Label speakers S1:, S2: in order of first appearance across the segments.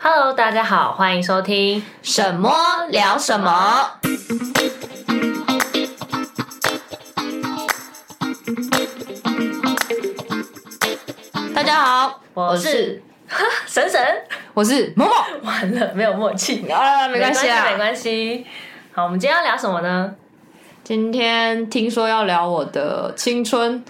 S1: Hello，大家好，欢迎收听
S2: 什么聊什么？大家好，我是
S1: 神神。
S2: 我是某某，
S1: 完了，没有默契，
S2: 啊， 没关系
S1: 没
S2: 啊。
S1: 关系。好，我们今天要聊什么呢？
S2: 今天听说要聊我的青春，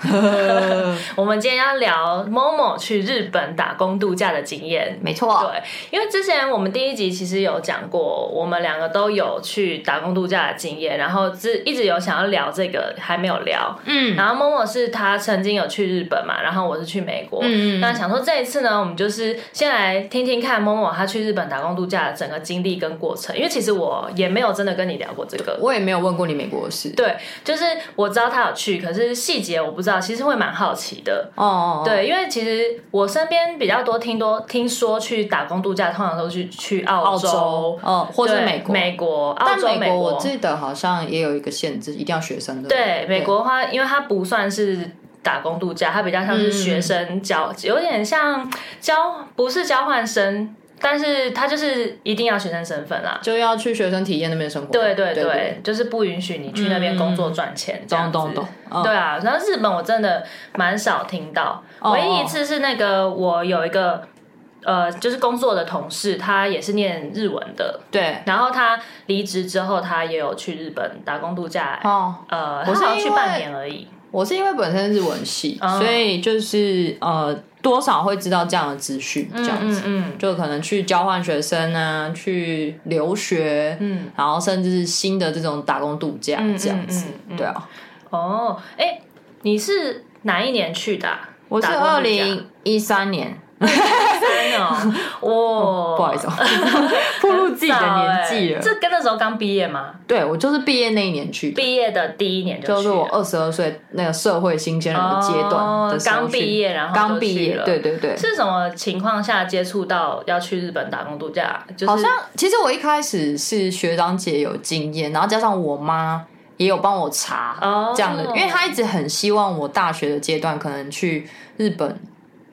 S1: 我们今天要聊 Momo 去日本打工度假的经验。
S2: 没错，
S1: 对，因为之前我们第一集其实有讲过，我们两个都有去打工度假的经验，然后自一直有想要聊这个，还没有聊。
S2: 嗯
S1: 然后 Momo 是他曾经有去日本嘛，然后我是去美国。
S2: 嗯
S1: 那想说这一次呢，我们就是先来听听看 Momo 他去日本打工度假的整个经历跟过程，因为其实我也没有真的跟你聊过这个。
S2: 我也没有问过你美国的事。
S1: 对，就是我知道他有去，可是细节我不知道，其实会蛮好奇的。
S2: 哦哦，哦，
S1: 对，因为其实我身边比较多听多听说去打工度假，通常都去去澳
S2: 澳洲，嗯，或
S1: 对
S2: 是美国，
S1: 美国、澳
S2: 但
S1: 洲、
S2: 美
S1: 美
S2: 国我记得好像也有一个限制，一定要学生的。
S1: 对美国的话，因为它不算是。打工度假，它比较像是学生
S2: 嗯
S1: 交，有点像交，不是交换生，但是它就是一定要学生身份啦。
S2: 就要去学生体验那边的生活。
S1: 对对
S2: 对
S1: 对，，就是不允许你去那边工作赚钱，这样
S2: 懂
S1: 子。
S2: 懂懂。嗯
S1: 对啊，然后日本我真的蛮少听到，
S2: 哦
S1: 唯一一次是那个我有一个呃，就是工作的同事，他也是念日文的，
S2: 对，
S1: 然后他离职之后，他也有去日本打工度假，
S2: 哦，
S1: 呃，
S2: 我
S1: 他
S2: 是
S1: 好像去
S2: 因为
S1: 半年而已。
S2: 我是因为本身是日文系，
S1: 嗯
S2: 所以就是呃，多少会知道这样的资讯，这样子。
S1: 嗯嗯
S2: 就可能去交换学生啊，去留学，
S1: 嗯，
S2: 然后甚至是新的这种打工度假
S1: 嗯嗯
S2: 这样子，
S1: 嗯嗯
S2: 对啊。
S1: 哦，哎、你是哪一年去的啊、
S2: 我是
S1: 打工度假
S2: 二零一三年，
S1: 三哦，哇，
S2: 不好意思，哦，暴露自己的年纪
S1: 很
S2: 了
S1: 早欸。这跟那时候刚毕业吗？
S2: 对我就是毕业那一年去的，
S1: 毕业的第一年就
S2: 就
S1: 去
S2: 是我
S1: 了
S2: 二十二岁那个社会新鲜人的阶段的
S1: 哦
S2: 时候
S1: 刚
S2: 去
S1: 毕，业，然后就
S2: 刚毕
S1: 去
S2: 业
S1: 了，
S2: 对对对，
S1: 是什么情况下接触到要去日本打工度假？就是
S2: 好像其实我一开始是学长姐有经验，然后加上我妈也有帮我查
S1: 哦
S2: 这样的，因为她一直很希望我大学的阶段可能去日本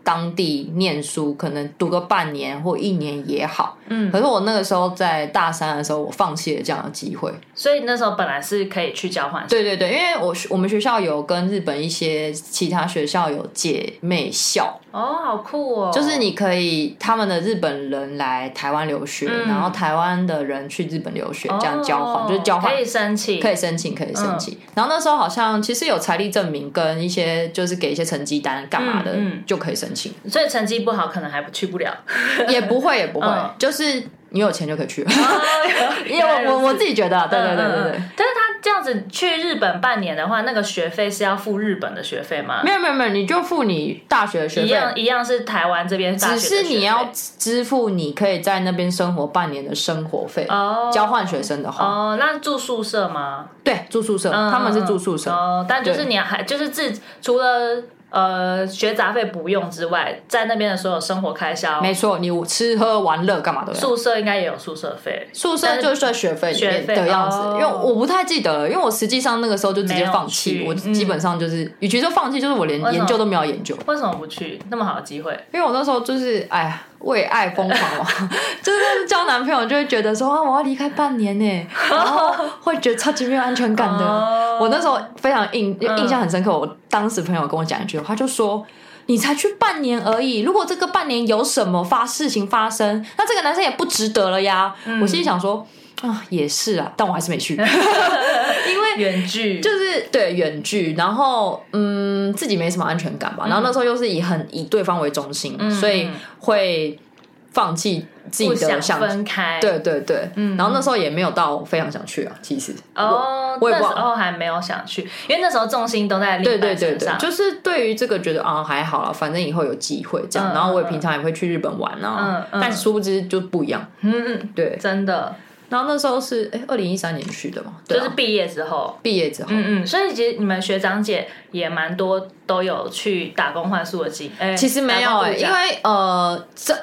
S2: 当地念书，可能读个半年或一年也好。
S1: 嗯
S2: 可，是我那个时候在大三的时候，我放弃了这样的机会。
S1: 所以那时候本来是可以去交换生，
S2: 对对对，因为我学我们学校有跟日本一些其他学校有姐妹校，
S1: 哦，好酷哦，
S2: 就是你可以他们的日本人来台湾留学，
S1: 嗯
S2: 然后台湾的人去日本留学，
S1: 哦
S2: 这样交换、就是交换
S1: 可以嗯申请，
S2: 可以申请，可以申请。然后那时候好像其实有财力证明跟一些就是给一些成绩单干嘛的，
S1: 嗯嗯
S2: 就可以申请，
S1: 所以成绩不好可能还不去不了。
S2: 也不会也 不会，
S1: 嗯
S2: 就是你有钱就可以 去了。哦因
S1: 因
S2: 为我我我自己觉得啊，
S1: 嗯
S2: 对对对对对。
S1: 但是他这样子去日本半年的话，那个学费是要付日本的学费吗？
S2: 没有没有没有，你就付你大学的学
S1: 一
S2: 费，
S1: 样一样是台湾这边大学
S2: 只
S1: 的学费，
S2: 是你要支付你可以在那边生活半年的生活费。
S1: 哦
S2: 交换学生的话，
S1: 哦，那住宿舍吗？
S2: 对，住宿舍，
S1: 嗯
S2: 他们是住宿舍。
S1: 哦，但就是
S2: 对
S1: 你还就是自除了呃学杂费不用之外，在那边的所有生活开销，
S2: 没错，你吃喝玩乐干嘛都要。
S1: 宿舍应该也有宿舍费，
S2: 宿舍就是在学费里
S1: 学
S2: 面
S1: 费
S2: 的样子，
S1: 哦
S2: 因为我不太记得了，因为我实际上那个时候就直接放
S1: 没
S2: 弃，
S1: 有去
S2: 我基本上就是，与、其说放弃，就是我连
S1: 为什么
S2: 研究都没有研究，
S1: 为什么不去？那么好的机会，
S2: 因为我那时候就是，哎呀，为爱疯狂 嘛，就是交男朋友就会觉得说啊，我要离开半年 呢，然后会觉得超级没有安全感的。
S1: 哦
S2: 我那时候非常印
S1: 嗯
S2: 印象很深刻，我当时朋友跟我讲一句话，他就说。你才去半年而已，如果这个半年有什么发事情发生，那这个男生也不值得了呀。
S1: 嗯
S2: 我心里想说，啊，也是啊，但我还是没去，因为
S1: 远距
S2: 就是对远距，然后嗯，自己没什么安全感
S1: 嗯
S2: 吧。然后那时候又是以很以对方为中心，所以会放弃自己
S1: 不
S2: 的
S1: 想
S2: 想。
S1: 分开，
S2: 对对对，嗯。然后那时候也没有到非常想去啊，其实。
S1: 哦，
S2: 我也
S1: 那
S2: 不知道
S1: 时候还没有想去，因为那时候重心都在另
S2: 对
S1: 一
S2: 对
S1: 半
S2: 对
S1: 身
S2: 对
S1: 上，，
S2: 就是对于这个觉得啊还好啦，反正以后有机会这样。
S1: 嗯
S2: 然后我也
S1: 嗯
S2: 平常也会去日本玩啊，
S1: 嗯嗯
S2: 但殊不知就不一样。
S1: 嗯嗯，
S2: 对，
S1: 真的
S2: 然后那时候是哎，二零一三年去的嘛，对
S1: 就
S2: 啊
S1: 是毕业之后。
S2: 毕业之后。
S1: 嗯嗯，所以其实你们学长姐也蛮多都有去打工换宿的经，哎
S2: 其实没有、
S1: 打工
S2: 欸，
S1: 度
S2: 因
S1: 假
S2: 为呃，这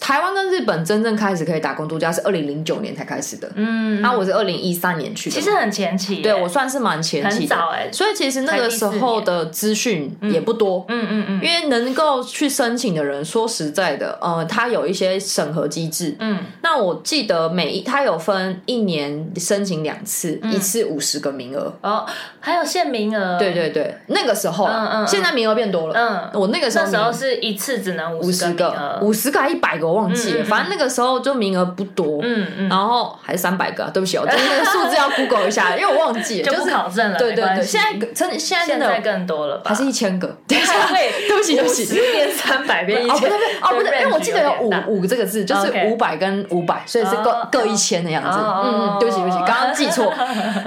S2: 台湾跟日本真正开始可以打工度假是二零零九年才开始的，
S1: 嗯，
S2: 啊那、我是二零一三年去的嘛，
S1: 其实很前期耶，哎
S2: 对我算是蛮前期
S1: 很
S2: 的，
S1: 早哎，
S2: 所以其实那个时候的资讯也不多，
S1: 嗯嗯嗯，
S2: 因为能够去申请的人，说实在的，呃，它有一些审核机制。
S1: 嗯
S2: 那我记得每一它有分一年申请两次，
S1: 嗯
S2: 一次五十个名额。
S1: 哦，还有限名额，
S2: 对，对对，那个时候啊，
S1: 嗯嗯嗯
S2: 现在名额变多了。
S1: 嗯，
S2: 我那个时候
S1: 那
S2: 名
S1: 时候是一次只能五
S2: 五
S1: 十
S2: 十
S1: 名
S2: 个，
S1: 额，
S2: 五十个还一百个，我忘记
S1: 嗯
S2: 了，
S1: 嗯嗯
S2: 反正那个时候就名额不多。
S1: 嗯嗯，
S2: 然后还是三百个、啊，对不起，我真的那个数字要 Google 一下，因为我忘记了，
S1: 就
S2: 就
S1: 不
S2: 是
S1: 考证了，
S2: 对
S1: 没
S2: 对
S1: 关
S2: 对，
S1: 系
S2: 现在真现在真
S1: 现
S2: 的哦
S1: 在更多了吧？
S2: 还是一千 个，对
S1: 会
S2: 对不起对不起
S1: 十变三百变一
S2: 哦，不
S1: 千
S2: 对，哦，不对，因为我记得有
S1: range
S2: 五
S1: 点大
S2: 五这个字，就是
S1: OK
S2: 五百跟五百，所以是各
S1: 哦
S2: 各一千的样子。
S1: 哦
S2: 嗯嗯，对不起，对不起
S1: 哦，
S2: 刚刚 记错。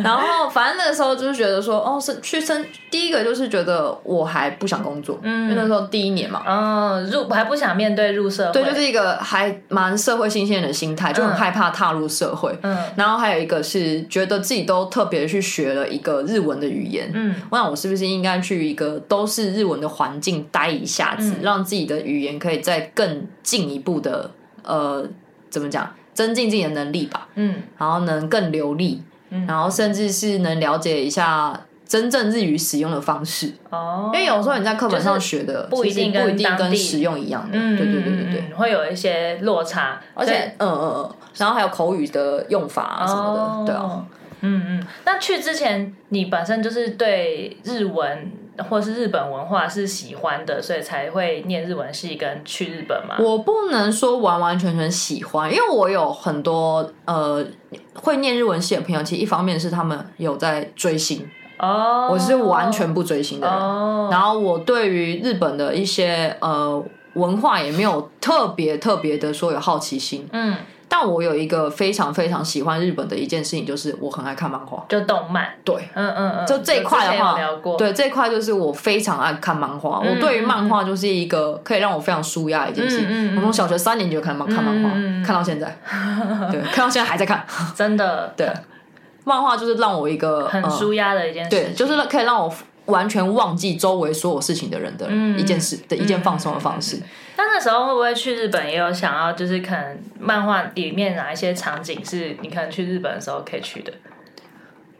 S2: 然后反正那个时候就是觉得说，哦，是去生第一个就是觉得我还不想工作，因为那时候第一年嘛，
S1: 嗯，入还不想面对入社会，
S2: 对，就是一个还蛮社会新鲜人的心态，就很害怕踏入社会。
S1: 嗯
S2: 然后还有一个是觉得自己都特别去学了一个日文的语言，
S1: 嗯
S2: 那我是不是应该去一个都是日文的环境待一下子，
S1: 嗯
S2: 让自己的语言可以再更进一步的呃，怎么讲，增进自己的能力吧，
S1: 嗯
S2: 然后能更流利，
S1: 嗯
S2: 然后甚至是能了解一下。真正日语使用的方式，
S1: 哦，
S2: 因为有时候你在课本上
S1: 就是
S2: 学的，
S1: 不一
S2: 其
S1: 定
S2: 实不
S1: 跟
S2: 一定
S1: 当
S2: 跟
S1: 地
S2: 使用一样的。
S1: 嗯
S2: 对对对对对。
S1: 嗯嗯会有一些落差，
S2: 而
S1: 所以
S2: 且，嗯嗯嗯，然后还有口语的用法啊什么的，
S1: 哦
S2: 对啊。，
S1: 嗯嗯。那去之前，你本身就是对日文或是日本文化是喜欢的，所以才会念日文系跟去日本嘛。
S2: 我不能说完完全全喜欢，因为我有很多呃会念日文系的朋友，其实一方面是他们有在追星，
S1: 哦，
S2: 我是完全不追星的人。
S1: 哦，
S2: 然后我对于日本的一些呃文化也没有特别特别的说有好奇心，
S1: 嗯，
S2: 但我有一个非常非常喜欢日本的一件事情，就是我很爱看漫画。
S1: 就动漫，
S2: 对，
S1: 嗯嗯嗯，
S2: 就这一块的
S1: 我之
S2: 话
S1: 前有聊过，，
S2: 对这一块就是我非常爱看漫画，
S1: 嗯
S2: 我对于漫画就是一个可以让我非常舒压的一件事情。
S1: 嗯嗯嗯
S2: 我从小学三年级就看漫看漫画，
S1: 嗯嗯嗯
S2: 看到 现在，对，看到现在还在看。
S1: 真的
S2: 对，漫画就是让我一个
S1: 很
S2: 呃
S1: 舒压的一件事，
S2: 对，就是可以让我完全忘记周围所有事情的人的
S1: 嗯嗯
S2: 一件事、的一件放松的方式。
S1: 那那时候会不会去日本也有想要，就是可能漫画里面哪一些场景是你可能去日本的时候可以去的？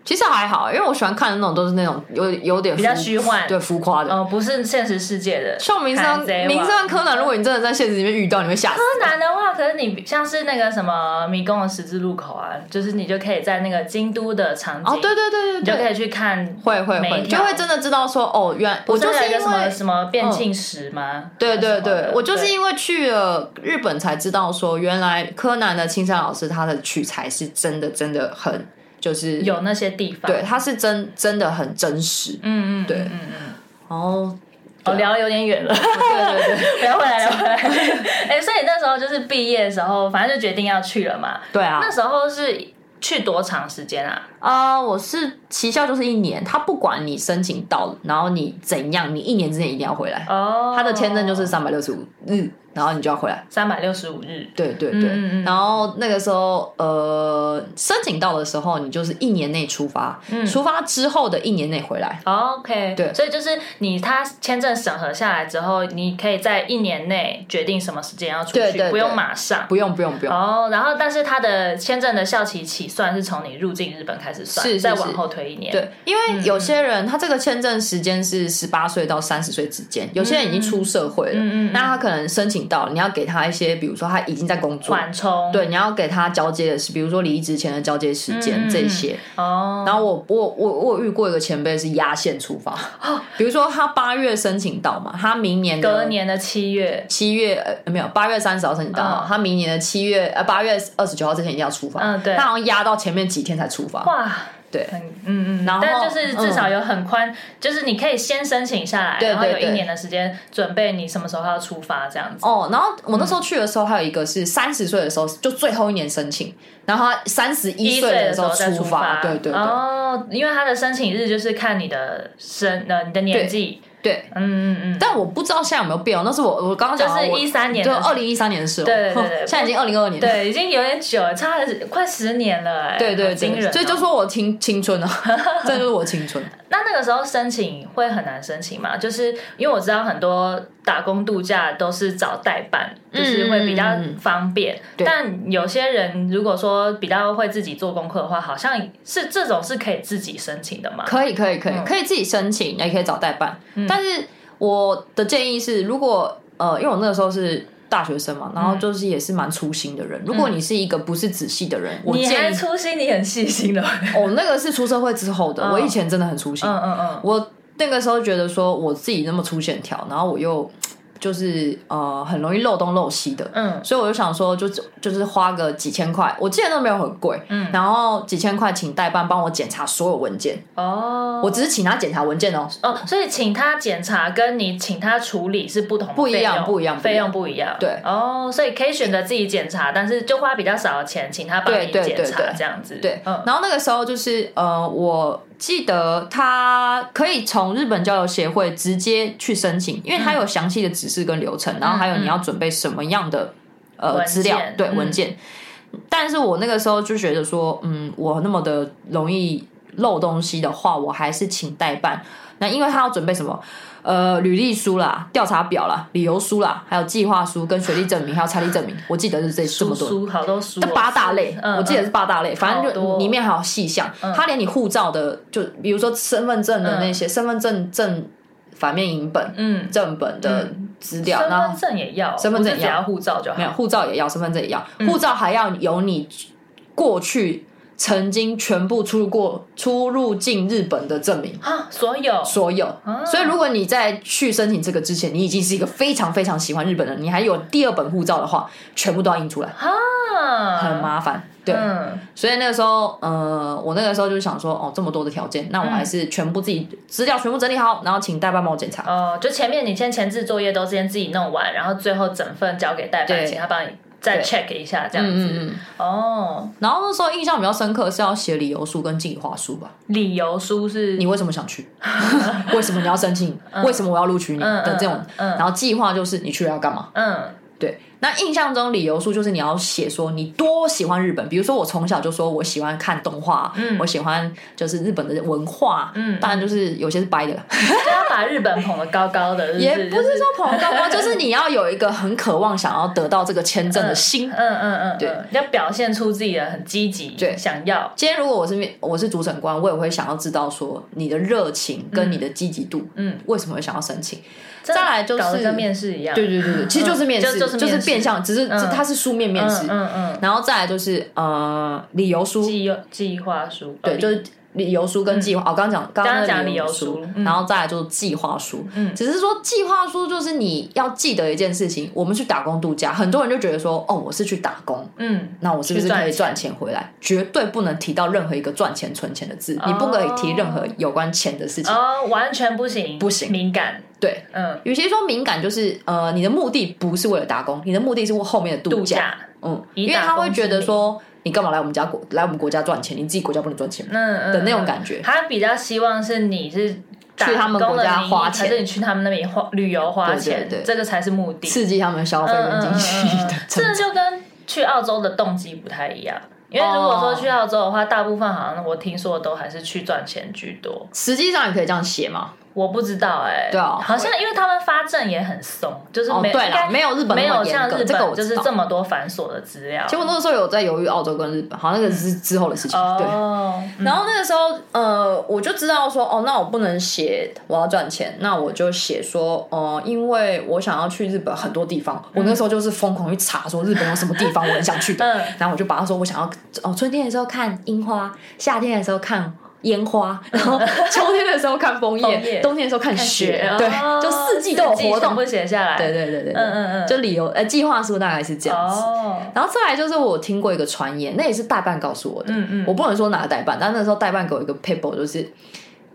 S2: 其实还好，因为我喜欢看的那种都是那种有有点
S1: 嗯比较
S2: 浮
S1: 虚幻
S2: 对浮夸的。
S1: 哦，不是现实世界的，
S2: 像名侦
S1: 海
S2: 探
S1: 贼王
S2: 名侦探柯南，如果你真的在现实里面遇到，你会吓死。
S1: 柯南的话，可是你像是那个什么迷宫的十字路口啊，就是你就可以在那个京都的场景，
S2: 哦，对对对对
S1: 你就
S2: 对，
S1: 可以去看。
S2: 会会
S1: 每一
S2: 会，就
S1: 条
S2: 会真的知道说哦，原来我
S1: 不
S2: 就是是
S1: 有一个
S2: 因
S1: 什么
S2: 为嗯
S1: 什么变庆石吗？
S2: 对
S1: 还
S2: 对
S1: 什么
S2: 对
S1: 的，
S2: 我就是
S1: 对
S2: 因为去了日本才知道说，原来柯南的青山老师他的取材是真的真的很就是
S1: 有那些地方，
S2: 对，他是真真的很真实。
S1: 嗯，嗯嗯，
S2: 对啊
S1: 嗯嗯嗯，
S2: 然后
S1: 我聊得有点远了，
S2: 哦对对 对
S1: 聊回来聊回来。哎，所以那时候就是毕业的时候，反正就决定要去了嘛。
S2: 对啊
S1: 那，时候是去多长时间啊？
S2: 啊，我是期效就是一年，他不管你申请到了，然后你怎样，你一年之内一定要回来。
S1: 哦，
S2: 他的签证就是三百六十五日，然后你就要回来。
S1: 三百六十五日。
S2: 对对
S1: 嗯
S2: 对，
S1: 嗯嗯
S2: 然后那个时候呃，申请到的时候，你就是一年内出发，
S1: 嗯
S2: 出发之后的一年内回来。
S1: OK，
S2: 对
S1: 所以就是你他签证审核下来之后，你可以在一年内决定什么时间要出去，
S2: 对对对
S1: 不用马上。
S2: 不用不用不用，
S1: 哦，然后但是他的签证的效期起算是从你入境日本开始算，
S2: 是是
S1: 再
S2: 是
S1: 往后推一年。，
S2: 对，因为有些人他这个签证时间是十八岁到三十岁之间，有些人已经出社会了，
S1: 嗯嗯嗯
S2: 那他可能申请到，你要给他一些，比如说他已经在工作，
S1: 缓冲。，
S2: 对，你要给他交接的是，比如说离职前的交接时
S1: 嗯嗯
S2: 间
S1: 嗯
S2: 这些。
S1: 哦，
S2: 然后我我我我有遇过一个前辈是压线出发，比如说他八月申请到嘛，他明年的
S1: 哦隔年的七月，
S2: 七月呃没有八月三十号申请到嘛
S1: 嗯，
S2: 他明年的七月呃八月二十九号之前一定要出发，
S1: 嗯对
S2: 他好像压到前面几天才出发，
S1: 哇，
S2: 对
S1: 很，嗯嗯，
S2: 然后
S1: 但就是至少有很宽，就是你可以先申请下来，
S2: 对
S1: 然后有
S2: 对
S1: 一
S2: 对
S1: 年的时间准备你什么时候要出发这样子。
S2: 哦，然后我那时候去的时候，还有一个
S1: 嗯
S2: 是三十岁的时候，就最后一年申请，然后他三十一岁
S1: 的
S2: 时
S1: 候
S2: 候
S1: 再出哦
S2: 发，对对对，
S1: 哦，因为他的申请日就是看你的生呃你的年纪，
S2: 对，
S1: 嗯嗯嗯，
S2: 但我不知道现在有没有变哦。那是我我刚刚讲
S1: 就是
S2: 我
S1: 13年
S2: 对，
S1: 的
S2: 二零一三年的事哦。
S1: 对对对对
S2: 现在已经二零二二年了。
S1: 对，已经有点久了，差了快十年了、哎，
S2: 对对
S1: 好惊
S2: 对，
S1: 人哦、
S2: 所以就说我青青春啊，这就是我青春。
S1: 那那个时候申请会很难申请嘛？就是因为我知道很多打工度假都是找代办，
S2: 嗯
S1: 就是会比较方便。
S2: 对
S1: 但有些人如果说比较会自己做功课的话，好像是这种是可以自己申请的嘛？
S2: 可以可以可以
S1: 嗯，
S2: 可以自己申请，也可以找代办。但是我的建议是，如果呃，因为我那个时候是。大学
S1: 嗯
S2: 生嘛，然后就是也是蛮粗心的人。如果你是一个不是仔细的人，我
S1: 你还
S2: 建议
S1: 粗心，你很细心的。
S2: 哦，那个是出社会之后的。
S1: 嗯
S2: 我以前真的很粗心，
S1: 嗯嗯嗯，
S2: 我那个时候觉得说我自己那么粗线条，然后我又就是呃很容易漏东漏西的，
S1: 嗯
S2: 所以我就想说就就是花个几千块，我记得那没有很贵，
S1: 嗯
S2: 然后几千块请代办帮我检查所有文件，
S1: 哦，
S2: 我只是请他检查文件哦。
S1: 哦，所以请他检查跟你请他处理是不同的
S2: 不一
S1: 费用
S2: 样不一样
S1: 费用不一样。
S2: 对
S1: 哦，所以可以选择自己检查，但是就花比较少的钱请他帮
S2: 对
S1: 你
S2: 对
S1: 检
S2: 对
S1: 查
S2: 对
S1: 这样子。
S2: 对，
S1: 嗯
S2: 然后那个时候就是呃，我记得他可以从日本交流协会直接去申请，因为他有详细的指示跟流程，然后还有你要准备什么样的呃
S1: 文件
S2: 资料，对
S1: 嗯嗯
S2: 文件。但是我那个时候就觉得说，嗯，我那么的容易漏东西的话，我还是请代办。那因为他要准备什么？呃，履历书啦、调查表啦、理由书啦，还有计划书、跟学历证明，还有财力证明。我记得是这这么
S1: 书
S2: 多。
S1: 书好多书哦，
S2: 八大类，
S1: 嗯
S2: 我记得
S1: 嗯
S2: 是八大类，反正
S1: 好多嗯
S2: 就里面还有细项，他连你护照的，就比如说身份证的那些，身份证正反面影本、
S1: 嗯，
S2: 正本的资料，
S1: 身
S2: 然
S1: 份
S2: 后
S1: 证也要，
S2: 身份证
S1: 不是
S2: 也
S1: 只
S2: 要
S1: 要护照就好。
S2: 没有护照也要，身份证也要，
S1: 嗯
S2: 护照还要有你过去曾经全部出入过出入境日本的证明。
S1: 啊，所有
S2: 所有，
S1: 啊
S2: 所以如果你在去申请这个之前，你已经是一个非常非常喜欢日本人，你还有第二本护照的话，全部都要印出来，
S1: 啊，
S2: 很麻烦。对，
S1: 嗯
S2: 所以那个时候，呃，我那个时候就想说，哦，这么多的条件，那我
S1: 嗯
S2: 还是全部自己资料全部整理好，然后请代办帮我检查。
S1: 哦，就前面你先前置作业都先自己弄完，然后最后整份交给代办，
S2: 对
S1: 请他帮你再
S2: 对
S1: check 一下这样
S2: 嗯
S1: 子。
S2: 嗯嗯。
S1: 哦，
S2: 然后那时候印象比较深刻是要写理由书跟计划书吧，
S1: 理由书是
S2: 你为什么想去？ 为什么你要申请？为什么我要录取你
S1: 嗯
S2: 的这种？
S1: 嗯嗯
S2: 然后计划就是你去了要干嘛？
S1: 嗯
S2: 对，那印象中理由书就是你要写说你多喜欢日本，比如说我从小就说我喜欢看动画，我喜欢就是日本的文化，
S1: 嗯
S2: 当然就是有些是掰的啦，
S1: 就要把日本捧得高高的，
S2: 也
S1: 是
S2: 不是说捧高高，就是你要有一个很渴望想要得到这个签证的心
S1: 嗯。嗯嗯，对，要表现出自己的很积极，
S2: 对
S1: 想要，
S2: 今天如果我是面我是主审官，我也会想要知道说你的热情跟你的积极度，
S1: 嗯嗯，
S2: 为什么会想要申请？
S1: 再
S2: 来就是
S1: 搞得跟面试一样，
S2: 对对对对，其实就是面试，
S1: 就就是面试
S2: 变相，只是、
S1: 嗯
S2: 这它是书面面试，
S1: 嗯嗯嗯，
S2: 然后再来就是呃理由书，
S1: 计计划书，哦
S2: 对，就是理由书跟计划。哦，刚刚讲刚
S1: 刚
S2: 刚
S1: 刚
S2: 那
S1: 讲
S2: 个
S1: 理由
S2: 书
S1: 书，嗯
S2: 然后再来就是计划书。嗯，只是说计划书就是你要记得一件事情，我们去打工度假，很多人就觉得说，哦，我是去打工。
S1: 嗯，
S2: 那我是不是
S1: 去赚
S2: 可以赚钱回来？绝对不能提到任何一个赚钱、存钱的字，你不可以提任何有关钱的事情。
S1: 哦，完全不行，
S2: 不行
S1: 敏感，
S2: 对，
S1: 嗯，
S2: 与其说敏感，就是呃，你的目的不是为了打工，你的目的是为后面的
S1: 度
S2: 度
S1: 假，
S2: 嗯，
S1: 以
S2: 因为
S1: 打
S2: 他会
S1: 工
S2: 觉
S1: 之
S2: 得
S1: 名
S2: 说，你干嘛来我们家国来我们国家赚钱？你自己国家不能赚钱吗？
S1: 嗯嗯
S2: 的那种
S1: 嗯
S2: 感觉
S1: 他比较希望是你是打
S2: 去他们
S1: 工的
S2: 国家
S1: 名义
S2: 花
S1: 还是
S2: 钱
S1: 你去他们那边花旅游花
S2: 对对
S1: 钱，
S2: 对
S1: 这个才是目的，
S2: 刺激他们的消费跟经
S1: 嗯
S2: 济的成
S1: 这
S2: 长。
S1: 就跟去澳洲的动机不太一样。因为如果说去澳洲的话，大部分好像我听说的都还是去赚钱居多。
S2: 实际上也可以这样写嘛？
S1: 我不知道哎、
S2: 对啊
S1: 好像因为他们发证也很松，就是
S2: 哦，
S1: 没、
S2: 对
S1: 应该
S2: 啦，没有日本
S1: 没
S2: 那
S1: 有
S2: 么
S1: 像
S2: 严
S1: 日
S2: 格，
S1: 本
S2: 这个我
S1: 就
S2: 知
S1: 是
S2: 道
S1: 这。么多繁琐的资料。
S2: 结果那个时候有在犹豫澳洲跟日本，好，那个是之后的事情。对，
S1: 哦，
S2: 然后那个时候，呃，我就知道说，哦，那我不能写我要赚钱，那我就写说，呃，因为我想要去日本很多地方。我那时候就是疯狂去查说日本有什么地方我很想去的，
S1: 嗯
S2: 然后我就把它说我想要，哦，春天的时候看樱花，夏天的时候看。烟花，然后秋天的时候看枫叶，
S1: 嗯枫叶
S2: 冬天的时候看
S1: 看
S2: 雪，对，
S1: 哦
S2: 就四季都有活
S1: 全
S2: 动
S1: 部，写下来。
S2: 对对对对，对
S1: 嗯嗯嗯
S2: 就理由呃计划书大概是这样子，
S1: 哦，
S2: 然后再来就是我听过一个传言，那也是代办告诉我的，
S1: 嗯嗯
S2: 我不能说哪个代办，但那时候代办给我一个 paper，就是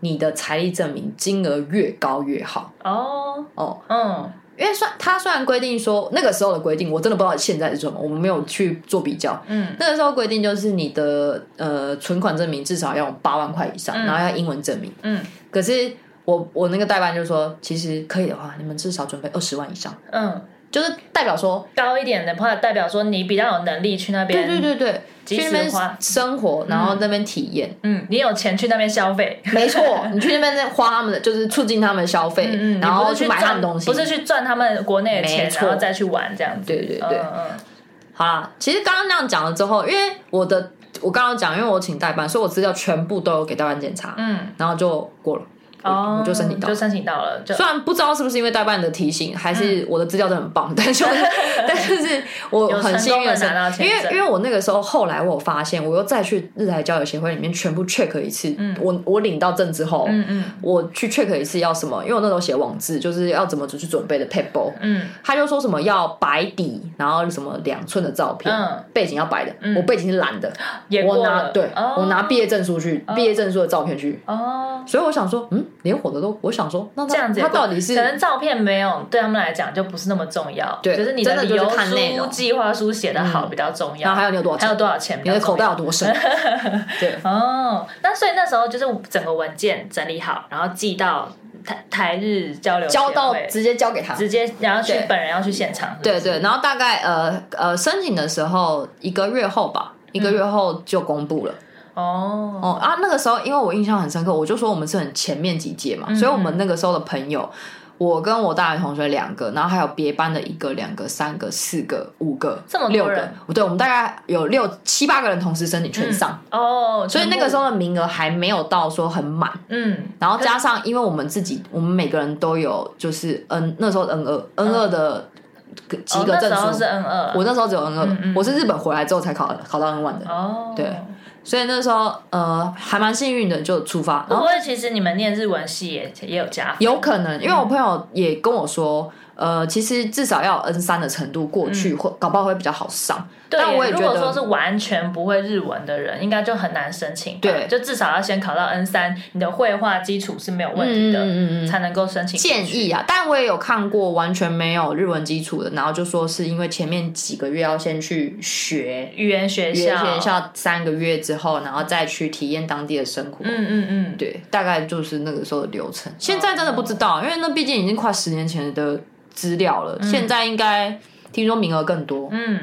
S2: 你的财力证明金额越高越好
S1: 哦，
S2: 哦。
S1: 嗯，
S2: 因为算他虽然规定说那个时候的规定，我真的不知道现在是什么，我们没有去做比较。
S1: 嗯，
S2: 那个时候规定就是你的呃存款证明至少要有八万块以上，然后要英文证明。
S1: 嗯，
S2: 可是我我那个代办就说，其实可以的话，你们至少准备二十万以上，
S1: 嗯，
S2: 就是代表说，
S1: 高一点的话，代表说你比较有能力去那边，
S2: 对对对对，
S1: 嗯及
S2: 去那
S1: 时
S2: 边
S1: 花
S2: 生活，然后那边体验，
S1: 嗯，你有钱去那边消费，
S2: 没错，你去那边花他们的，就是促进他们的消费，
S1: 嗯，
S2: 然
S1: 你
S2: 后
S1: 不是去
S2: 买他
S1: 赚
S2: 们东西，
S1: 不是去赚他们国内的钱
S2: 没，错
S1: 然后再去玩这样子。
S2: 对对对
S1: 嗯嗯
S2: 好啦，其实刚刚那样讲了之后，因为我的我刚刚讲，因为我请代办，所以我资料全部都有给代办检查，
S1: 嗯，
S2: 然后就过了。我
S1: 哦，
S2: 我就申请到
S1: 就申请到了，就
S2: 虽然不知道是不是因为代办的提醒，还是我的资料都很棒， 但是但是我很幸运的
S1: 嗯有
S2: 是
S1: 成功地拿到，签
S2: 因为
S1: 证
S2: 因为我那个时候后来我有发现，我又再去日台交友协会里面全部 check 一次，我我领到证之后，
S1: 嗯嗯
S2: 我去 check 一次要什么，因为我那时候写网志，就是要怎么去准备的 paper，
S1: 嗯
S2: 他就说什么要白底，然后什么两寸的照片，
S1: 嗯
S2: 背景要白的，我背景是蓝的，
S1: 也
S2: 我
S1: 过
S2: 拿
S1: 了，
S2: 对、
S1: 哦
S2: 我拿毕业证书去，毕业证书的照片去，
S1: 哦，
S2: 所以我想说，嗯，连我的都，我想说，那他
S1: 这样子也
S2: 他
S1: 过
S2: 到底是
S1: 可能照片没有对他们来讲就不是那么重要，
S2: 对
S1: 就是你
S2: 真的
S1: 理
S2: 就是
S1: 由
S2: 看内
S1: 书、
S2: 容嗯
S1: 计划书写的好比较重要，
S2: 然后还有你有多少
S1: 还有
S2: 钱，
S1: 多少钱，
S2: 你的口袋有。多深，对，
S1: 哦，那所以那时候就是整个文件整理好，然后寄到台台日交流
S2: 交到
S1: 协会
S2: 直接交给他。
S1: 直接，然后去
S2: 对
S1: 本人要去现场，
S2: 对对，然后大概呃呃申请的时候一个月后吧，一个月
S1: 嗯
S2: 后就公布了。
S1: 哦，
S2: 哦啊，那个时候因为我印象很深刻，我就说我们是很前面几届
S1: 嗯
S2: 嘛，所以我们那个时候的朋友，我跟我大学同学两个，然后还有别班的一个、两个、三个、四个、五个，
S1: 这么多
S2: 六个
S1: 人，嗯
S2: 对，我们大概有六七八个人同时申请全上，
S1: 哦，
S2: 所以那个时
S1: 候，
S2: 候的名额还没有到说很满，
S1: 嗯，
S2: 然后加上因为我们自己，我们每个人都有就是嗯那时候 N 二 N 二的及格
S1: 哦那
S2: 证
S1: 时候
S2: 书，
S1: 是 N 二，
S2: 我那时候只有 N 二、
S1: 嗯嗯
S2: 我是日本回来之后才考考到 N 1的，
S1: 哦，
S2: 对所以那时候呃还蛮幸运的就出发，
S1: 会
S2: 然
S1: 不
S2: 后
S1: 会其实你们念日文系也也有加分？
S2: 有可能因为我朋友也跟我说。呃，其实至少要 N 三的程度过去，
S1: 嗯
S2: 或搞不好会比较好上。
S1: 对
S2: 但
S1: 耶，
S2: 我也觉
S1: 如果说
S2: 得
S1: 是完全不会日文的人，应该就很难申请吧。
S2: 对
S1: 就至少要先考到 N 三，你的绘画基础是没有问题的，
S2: 嗯嗯嗯嗯
S1: 才能够申请。
S2: 建议啊，但我也有看过完全没有日文基础的，然后就说是因为前面几个月要先去学，
S1: 语言学
S2: 学
S1: 校，
S2: 学校三个月之后，然后再去体验当地的生活。
S1: 嗯嗯嗯，
S2: 对，大概就是那个时候的流程。现在真的不知
S1: 哦
S2: 道，因为那毕竟已经快十年前的资料了。现在应该听说名额更多。
S1: 嗯，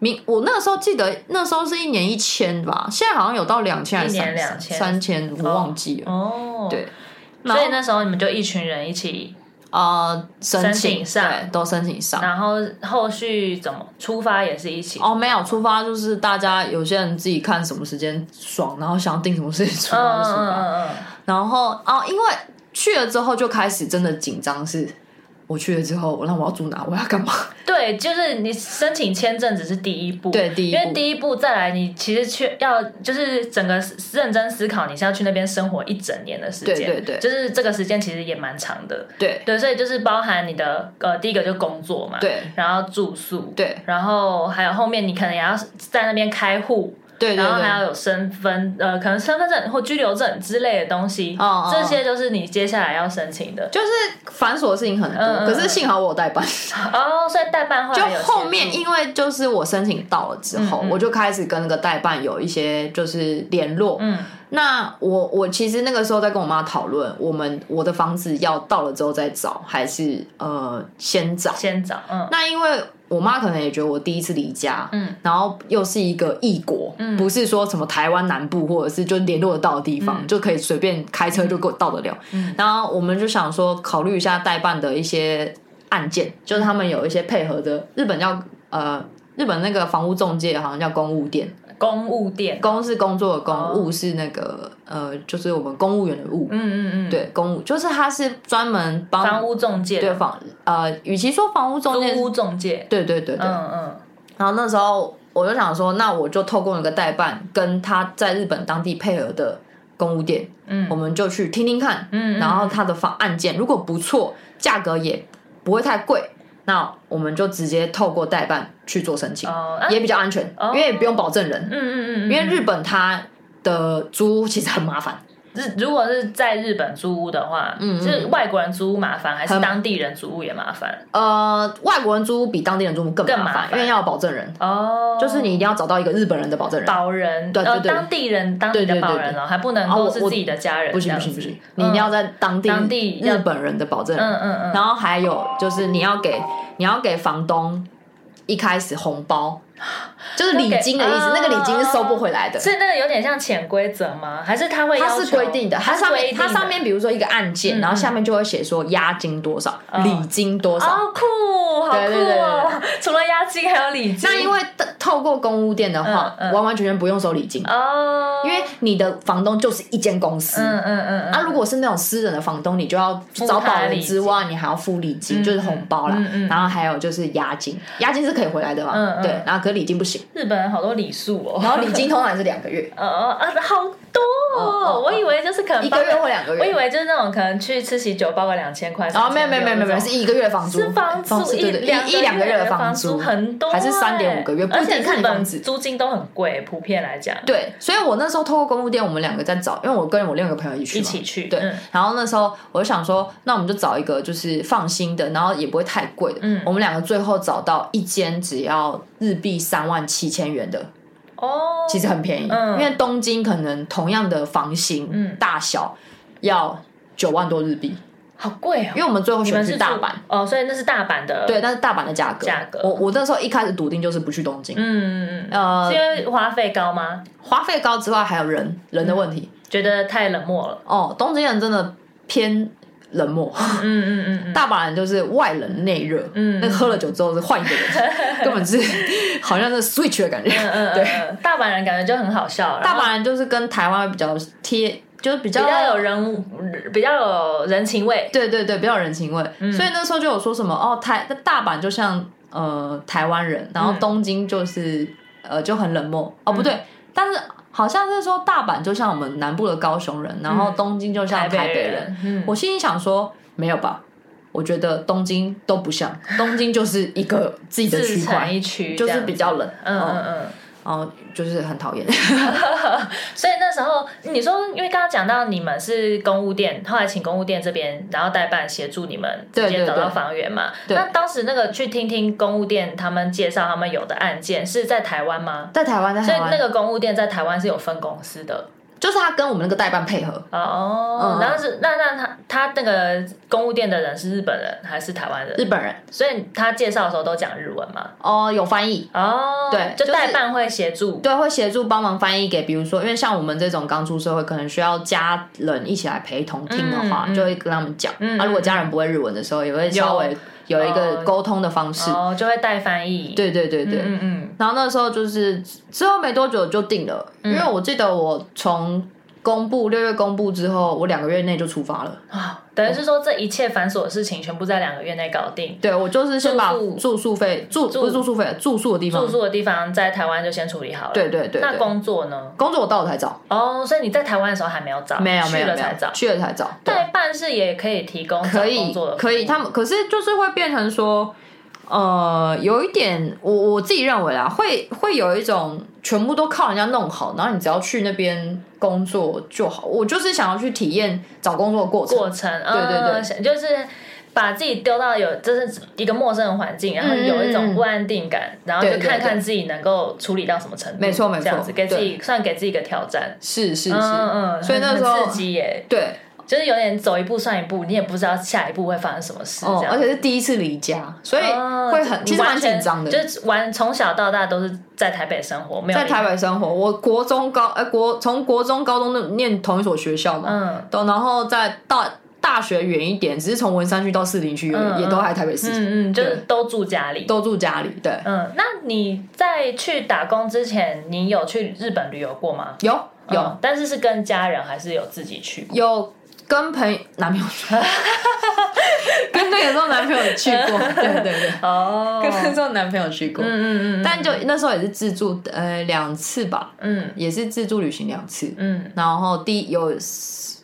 S2: 名我那个时候记得那时候是一年一千吧，现在好像有到两千还是
S1: 一年
S2: 三
S1: 2000
S2: 三千，我忘记了。
S1: 哦，
S2: 对，然
S1: 所
S2: 后
S1: 以那时候你们就一群人一起，
S2: 呃，申
S1: 申
S2: 请
S1: 请上
S2: 对都申请上。
S1: 然后后续怎么出发也是一起。
S2: 哦，没有出发，就是大家有些人自己看什么时间爽，然后想要定什么事情出
S1: 嗯
S2: 发就
S1: 嗯
S2: 出
S1: 嗯
S2: 发。
S1: 嗯
S2: 然后哦，因为去了之后就开始真的紧张是，我去了之后，那我要住哪，我要干嘛？
S1: 嗯，对，就是你申请签证只是第一步，
S2: 对，第一
S1: 因为
S2: 步，
S1: 第一步再来，你其实去要就是整个认真思考，你是要去那边生活一整年的时间，
S2: 对对对
S1: 就是这个时间其实也蛮长的，
S2: 对
S1: 对，所以就是包含你的呃第一个就工作嘛，，
S2: 对
S1: 然后住宿，，
S2: 对
S1: 然后还有后面你可能也要在那边开户，
S2: 对对
S1: 然后还
S2: 对，
S1: 要有身份呃可能身份证或居留证之类的东西，
S2: 哦哦
S1: 这些就是你接下来要申请的
S2: 就是繁琐的事情很多，
S1: 嗯嗯
S2: 可是幸好我有 代办。
S1: 哦，所以代办后
S2: 就
S1: 来有
S2: 后
S1: 协
S2: 面
S1: 助
S2: 因为就是我申请到了之后，
S1: 嗯嗯
S2: 我就开始跟那个代办有一些就是联络，
S1: 嗯
S2: 那我我其实那个时候在跟我妈讨论，我们我的房子要到了之后再找，还是呃先找？
S1: 先找嗯
S2: 那因为我妈可能也觉得我第一次离家，
S1: 嗯，
S2: 然后又是一个异国，
S1: 嗯
S2: 不是说什么台湾南部或者是就联络得到的地方，
S1: 嗯
S2: 就可以随便开车就够到得了。
S1: 嗯
S2: 然后我们就想说，考虑一下代办的一些案件，就是他们有一些配合的，日本叫呃。日本那个房屋中介好像叫公务店，
S1: 公务店，
S2: 公是工作的公，
S1: 哦
S2: 务是那个呃，就是我们公务员的务，
S1: 嗯嗯嗯，。
S2: 对，公务就是他是专门帮
S1: 房屋中介，
S2: 对房呃，与其说房屋中介
S1: 租，屋中介，
S2: 对对对对。
S1: 嗯嗯
S2: 然后那时候我就想说，那我就透过那个代办，跟他在日本当地配合的公务店，
S1: 嗯
S2: 我们就去听听看，
S1: 嗯嗯
S2: 然后他的方案件如果不错，价格也不会太贵，那我们就直接透过代办去做申请，
S1: 哦，啊
S2: 也比较安全，
S1: 哦
S2: 因为也不用保证人。
S1: 嗯嗯嗯，
S2: 因为日本它的租屋其实很麻烦，
S1: 日如果是在日本租屋的话，
S2: 嗯嗯
S1: 就是外国人租屋麻烦，还是
S2: 很
S1: 当地人租屋也麻烦？
S2: 呃，外国人租屋比当地人租屋更
S1: 更麻
S2: 麻
S1: 烦
S2: 因为要有保证人，
S1: 哦，
S2: 就是你一定要找到一个日本人的保证人。
S1: 保人，
S2: 对
S1: 呃，
S2: 对对
S1: 当地人当地
S2: 对
S1: 的
S2: 对对
S1: 保人哦，还不能
S2: 啊
S1: 够
S2: 我
S1: 是
S2: 我
S1: 自己的家人，
S2: 不行
S1: 这样
S2: 不行不
S1: 子
S2: 行，你一定要在当地
S1: 当地要
S2: 日本人的保证人。
S1: 嗯嗯嗯，
S2: 然后还有就是你要给你要给房东一开始红包，就是礼金的意思
S1: 要，给
S2: 那个礼金是收不回来的。
S1: 所以那个有点像潜规则吗？还是他会
S2: 它
S1: 要
S2: 是
S1: 求
S2: 规定的，它
S1: 是
S2: 上
S1: 规
S2: 面
S1: 定
S2: 它
S1: 的
S2: 上面比如说一个案件，然后下面就会写说押金多少，礼金多少。
S1: 嗯哦酷，好酷哦！
S2: 对对对对
S1: 除了押金还有礼金，
S2: 那因为透透过公屋店的话，
S1: 嗯嗯
S2: 完完全全不用收礼金，
S1: 哦，
S2: 因为你的房东就是一间公司。
S1: 嗯嗯嗯嗯，
S2: 啊，如果是那种私人的房东，你就要找保人之外，你还要付礼金，就是红包啦，
S1: 嗯嗯嗯
S2: 然后还有就是押金，押金是可以回来的嘛，
S1: 嗯嗯
S2: 对，然后可是礼金不行，
S1: 日本人好多礼数哦，，
S2: 然后礼金通常也是两个月
S1: 呃啊好多
S2: 哦
S1: 哦
S2: 哦，
S1: 我以为就是可能
S2: 一个月或两个月，
S1: 我以为就是那种可能去吃喜酒包个两千块，
S2: 然后没有
S1: 3000
S2: 没有没有没有没有
S1: 这
S2: 是
S1: 种
S2: 一个月的房租，
S1: 是房租
S2: 对对
S1: 两
S2: 一一两个
S1: 月
S2: 月的
S1: 房
S2: 租
S1: 很多欸，
S2: 还是3.5个月不一定
S1: 而且
S2: 看
S1: 日
S2: 你
S1: 本
S2: 房子
S1: 租金都很贵，普遍来讲，
S2: 对，所以我那时候透过公务店，我们两个在找，因为我跟我另外一个朋友一起去
S1: 一
S2: 嘛，
S1: 起去
S2: 对，
S1: 嗯
S2: 然后那时候我就想说，那我们就找一个就是放心的，然后也不会太贵的。
S1: 嗯
S2: 我们两个最后找到一间只要日币三万七千元的，
S1: 哦，
S2: 其实很便宜，
S1: 嗯
S2: 因为东京可能同样的房型、
S1: 嗯
S2: 大小要九万多日币，
S1: 好贵哦，
S2: 因为我们最后
S1: 你
S2: 选
S1: 们
S2: 的
S1: 是
S2: 是
S1: 住
S2: 大阪。
S1: 哦，所以那是大阪的，
S2: 对，，但是大阪的价格，
S1: 价格
S2: 我我那时候一开始笃定就是不去东京，
S1: 嗯嗯嗯，
S2: 呃
S1: 是，因为花费高吗？
S2: 花费高之外还有人人的问题、
S1: 觉得太冷漠了，
S2: 哦，东京人真的偏冷漠，
S1: 嗯嗯嗯嗯，
S2: 大阪人就是外冷内热，
S1: 嗯
S2: 那个喝了酒之后是换一 个人，根本是好像是 switch 的感觉。
S1: 嗯嗯，对，大阪人感觉就很好笑，然
S2: 大
S1: 后
S2: 阪人就是跟台湾比较贴，就是比较
S1: 比较有人，比较有人情味，
S2: 对对对，比较有人情味。
S1: 嗯
S2: 所以那时候就有说什么哦，台那大阪就像呃台湾人，然后
S1: 嗯
S2: 东京就是、呃就很冷漠哦，不对，但是好像是说大阪就像我们南部的高雄人，然后
S1: 嗯
S2: 东京就像台北人。，
S1: 嗯，
S2: 我心里想说，没有吧？我觉得东京都不像，东京就是一个自己的
S1: 自
S2: 区
S1: 成
S2: 块，
S1: 一区，
S2: 就是比较哦冷，
S1: 这样子，嗯嗯嗯。
S2: 然后就是很讨厌。
S1: 所以那时候你说，因为刚刚讲到你们是公务店，后来请公务店这边，然后代办协助你们
S2: 对
S1: 直接
S2: 对
S1: 找到
S2: 对
S1: 房源嘛。
S2: 对
S1: 那当时那个去听听公务店他们介绍他们有的案件是在台湾吗？
S2: 在台湾，在
S1: 所以
S2: 台湾，
S1: 那个公务店在台湾是有分公司的
S2: 就是他跟我们那个代办配合，
S1: 哦。
S2: 嗯
S1: 然后是那那他他那个公务店的人是日本人还是台湾
S2: 日
S1: 人？
S2: 本人
S1: 所以他介绍的时候都讲日文嘛？
S2: 哦，有翻译，
S1: 哦，
S2: 对
S1: 就
S2: 就是
S1: 代办会协助。
S2: 对，会协助帮忙翻译给，比如说，因为像我们这种刚出社会，可能需要家人一起来陪同听的话，
S1: 嗯嗯
S2: 就会跟他们讲。
S1: 嗯
S2: 啊，如果家人不会日文的时候，也会稍微有一个
S1: 哦
S2: 沟通的方式。
S1: 哦，就会带翻译。，
S2: 对对对对。
S1: 嗯嗯
S2: 然后那时候就是之后没多久就定了，因为
S1: 嗯
S2: 我记得我从公布六月公布之后，我两个月内就出发了。
S1: 嗯，啊，等于是说这一切繁琐的事情全部在两个月内搞定。
S2: 对我就是先把
S1: 住宿
S2: 住宿费住不是住宿费住宿的地方
S1: 住，宿的地方在台湾就先处理好了。
S2: 对对对
S1: 那
S2: 对。
S1: 工作呢？
S2: 工作我到了才找，
S1: 哦，所以你在台湾的时候还没有找，
S2: 没有没
S1: 去
S2: 有
S1: 了
S2: 没
S1: 才找
S2: 有，。去了才找。对。
S1: 代办是也可以提供找
S2: 可
S1: 工
S2: 以
S1: 作的，
S2: 可以，他们可是就是会变成说，呃，有一点，我我自己认为啦，会会有一种全部都靠人家弄好，然后你只要去那边工作就好。我就是想要去体验找工作的过程，
S1: 过程。
S2: 对对对
S1: 对，就是把自己丢到有就是一个陌生的环境，然后
S2: 嗯嗯
S1: 有一种
S2: 嗯
S1: 不安定感，然后就
S2: 对对
S1: 看看
S2: 对
S1: 自己能够处理到什么程度。
S2: 没错没错
S1: 这样子给自己算给自己一个挑战。
S2: 是是是，
S1: 嗯嗯，
S2: 所以那
S1: 很
S2: 时候
S1: 很刺激耶，
S2: 对，
S1: 就是有点走一步算一步，你也不知道下一步会发生什么事。
S2: 哦
S1: 这，样
S2: 而且是第一次离家，所以
S1: 哦
S2: 会很、
S1: 你
S2: 其实蛮
S1: 完全
S2: 紧张的。
S1: 就是玩从小到大都是在台北生活，没有
S2: 在台
S1: 离
S2: 北生活，我国中高呃国从国中高中都念同一所学校嘛，
S1: 嗯
S2: 都然后再到大学远一点，只是从文山区到士林区而已、
S1: 嗯嗯
S2: 也都还台北市，
S1: 嗯嗯，就是
S2: 对
S1: 都住家里。
S2: 都住家里。对，
S1: 嗯，那你在去打工之前，你有去日本旅游过吗？
S2: 有有、
S1: 嗯但是是跟家人还是有自己去？
S2: 有跟朋友男朋友 去，跟那个时候男朋友去 过，对对对，
S1: 哦
S2: 跟那时候男朋友去过，
S1: 嗯嗯嗯
S2: 但就那时候也是自助呃两次吧，
S1: 嗯
S2: 也是自助旅行两次，
S1: 嗯
S2: 然后第一有嗯 s-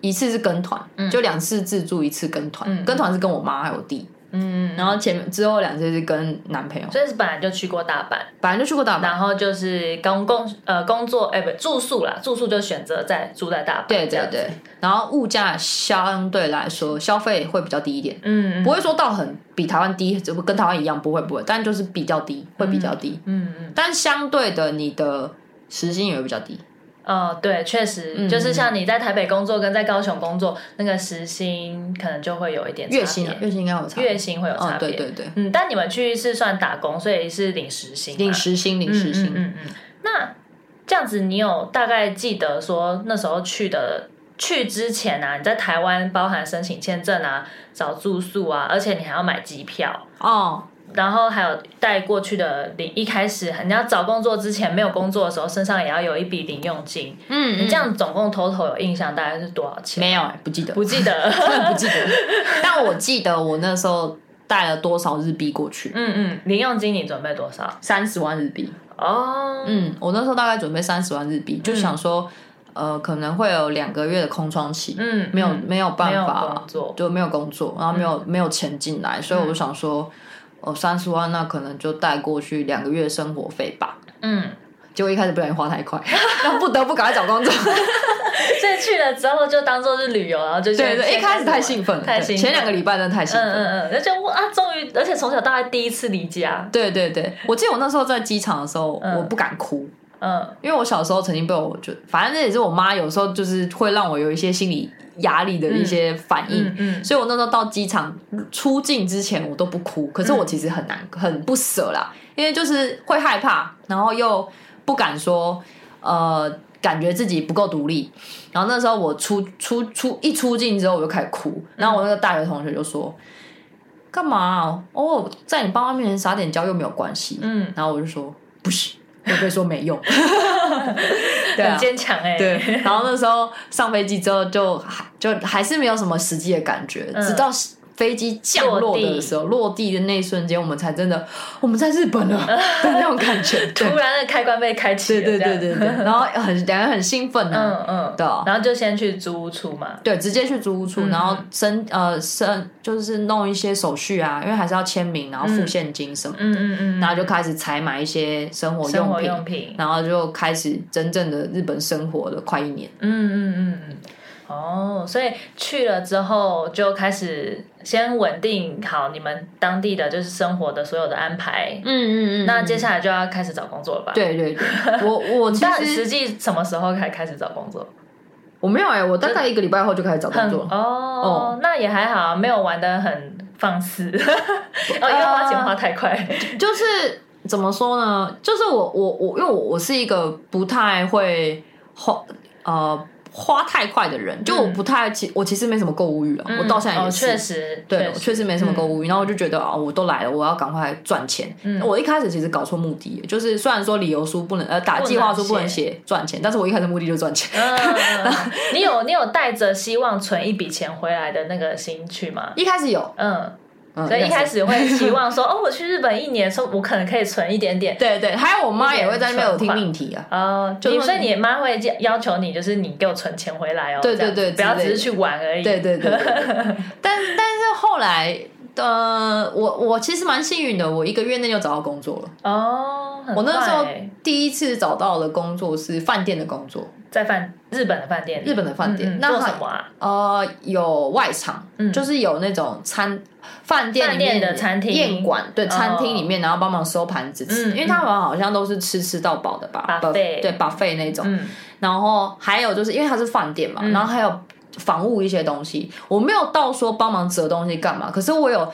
S2: 一次是跟团，就两次自助，一次跟团。
S1: 嗯
S2: 跟团是跟我妈还有我弟，
S1: 嗯，
S2: 然后前面之后两次是跟男朋友，
S1: 所以是本来就去过大阪，
S2: 本来就去过大阪，
S1: 然后就是工工呃工作哎、不住宿啦，住宿就选择在住在大阪，
S2: 对
S1: 这
S2: 对
S1: 样子
S2: 对，然后物价相对来说消费会比较低一点，
S1: 嗯，
S2: 不会说到很比台湾低，只不跟台湾一样，不会不会，但就是比较低，会比较低，
S1: 嗯嗯
S2: 但相对的你的时薪也会比较低，
S1: 哦，对，确实、
S2: 嗯
S1: 就是像你在台北工作跟在高雄工作，那个时薪可能就会有一点差别
S2: 月薪啊，月薪应该有差，
S1: 月薪会有差
S2: 嗯，
S1: 别、
S2: 对对对，
S1: 嗯，但你们去是算打工，所以是领时薪嘛，
S2: 领时薪领
S1: 嗯
S2: 时薪，
S1: 嗯嗯嗯。那这样子，你有大概记得说那时候去的去之前啊，你在台湾包含申请签证啊、找住宿啊，而且你还要买机票，
S2: 哦，
S1: 然后还有带过去的零。一开始你要找工作之前没有工作的时候，身上也要有一笔零用金。
S2: 嗯，
S1: 你这样总共 total 有印象大概是多少钱？
S2: 没有、欸，不记得，
S1: 不记 得。嗯
S2: 真的不记得，但我记得我那时候带了多少日币过去，
S1: 嗯嗯，零用金你准备多少？
S2: 三十万日币。
S1: 哦，
S2: 嗯，我那时候大概准备三十万日币，就想说，呃，可能会有两个月的空窗期，
S1: 嗯，
S2: 没有
S1: 嗯
S2: 没有办
S1: 没有
S2: 法
S1: 工，作嗯
S2: 就没有工作，然后没有、没有钱进来，所以我就想说，哦，三十万那可能就带过去两个月生活费吧。
S1: 嗯，
S2: 结果一开始不小心花太 快，然后不得不赶快找工作。
S1: 所以去了之后就当做是旅游，然后就
S2: 对对，
S1: 先
S2: 一开始太
S1: 玩
S2: 兴奋了，
S1: 太
S2: 对
S1: 兴奋
S2: 前两个礼拜真的太兴奋
S1: 嗯
S2: 了。
S1: 嗯嗯，而且我啊，终于，而且从小到大第一次离家，
S2: 对对对，我记得我那时候在机场的时候，我不敢哭，
S1: 嗯
S2: 因为我小时候曾经被我就，反正这也是我妈有时候就是会让我有一些心理压力的一些反应。
S1: 嗯嗯
S2: 所以我那时候到机场嗯出境之前，我都不哭，可是我其实很难、很不舍啦，因为就是会害怕，然后又不敢说，呃，感觉自己不够独立。然后那时候我出出出一出境之后，我就开始哭，然后我那个大学同学就说。干嘛、哦，在你爸妈面前撒点娇又没有关系。
S1: 嗯，
S2: 然后我就说不行，我被说没 用。对啊
S1: 很，坚强哎，
S2: 对。然后那时候上飞机之后就还就还是没有什么实际的感觉，
S1: 嗯
S2: 直到飞机降落的时候，落地的那一瞬间，我们才真的我们在日本 了的那种感觉。
S1: 突
S2: 对
S1: 然那个开关被开启
S2: 对
S1: 了，
S2: 对对
S1: 这
S2: 对
S1: 样，
S2: 对，然后很两个人很兴奋啊。
S1: 嗯嗯，
S2: 对啊
S1: 然后就先去租屋处嘛，
S2: 对，直接去租屋处，然
S1: 嗯
S2: 后申呃申就是弄一些手续啊，因为还是要签名，然后付现金什么，
S1: 嗯嗯嗯，
S2: 然后就开始采买一些生活
S1: 生
S2: 用
S1: 活
S2: 品，
S1: 用品，
S2: 然后就开始真正的日本生活了快一年。
S1: 嗯嗯嗯嗯，哦，所以去了之后就开始先稳定好你们当地的就是生活的所有的安排，
S2: 嗯嗯
S1: 那接下来就要开始找工作了吧？，
S2: 对对对，我 我其
S1: 但
S2: 实
S1: 实际什么时候才开始找工作？
S2: 我没有哎、我大概一个礼拜后就开始找工
S1: 很
S2: 作。
S1: 哦那也还好，没有玩的很放 肆，哦，因为花
S2: 啊
S1: 钱花太快，
S2: 就是怎么说呢？就是我我我，因为我我是一个不太会花呃花太快的人，就我不太其、我其实没什么购物欲啊，我到现在
S1: 嗯哦
S2: 也是。
S1: 确实，
S2: 对，
S1: 确
S2: 我
S1: 实嗯
S2: 确实没什么购物欲，然后我就觉得啊、我都来了，我要赶快赚钱。我一开始其实搞错目的，就是虽然说理由书不能，呃，打
S1: 不
S2: 计划
S1: 能
S2: 书不能
S1: 写
S2: 写赚钱，但是我一开始目的就是赚钱。
S1: 嗯，你有你有带着希望存一笔钱回来的那个心去吗？
S2: 一开始有，
S1: 嗯，
S2: 嗯，
S1: 所以一开
S2: 始
S1: 始会期望 说，哦，我去日本一年，说我可能可以存一点点。
S2: 对对，还有我妈
S1: 一点
S2: 也会在那边有听
S1: 存款
S2: 命题啊，
S1: 哦，
S2: 就
S1: 你
S2: 说
S1: 所以
S2: 你
S1: 你妈会要求你，就是你给我存钱回来哦，
S2: 对
S1: 这样子
S2: 对对
S1: 不要
S2: 之类
S1: 只
S2: 的
S1: 是去玩而已。
S2: 对对对对对但但是后来，呃，我我其实蛮幸运的，我一个月内就找到工作了。
S1: 哦，很
S2: 我那时候
S1: 快欸
S2: 第一次找到的工作是饭店的工作，
S1: 在饭日本的饭店里，
S2: 日本的饭店
S1: 嗯嗯
S2: 那
S1: 做
S2: 还
S1: 什么啊？
S2: 呃，有外场，
S1: 嗯
S2: 就是有那种餐饭店里
S1: 饭
S2: 面
S1: 店的餐厅
S2: 宴馆，对，
S1: 哦
S2: 餐厅里面，然后帮忙收盘子吃，
S1: 嗯
S2: 因为他们好像都是吃吃到饱的吧
S1: Buffet
S2: 对 buffet 那种，
S1: 嗯，
S2: 然后还有就是因为它是饭店嘛，然后还有防务一些东西，我没有到说帮忙折东西干嘛，可是我有。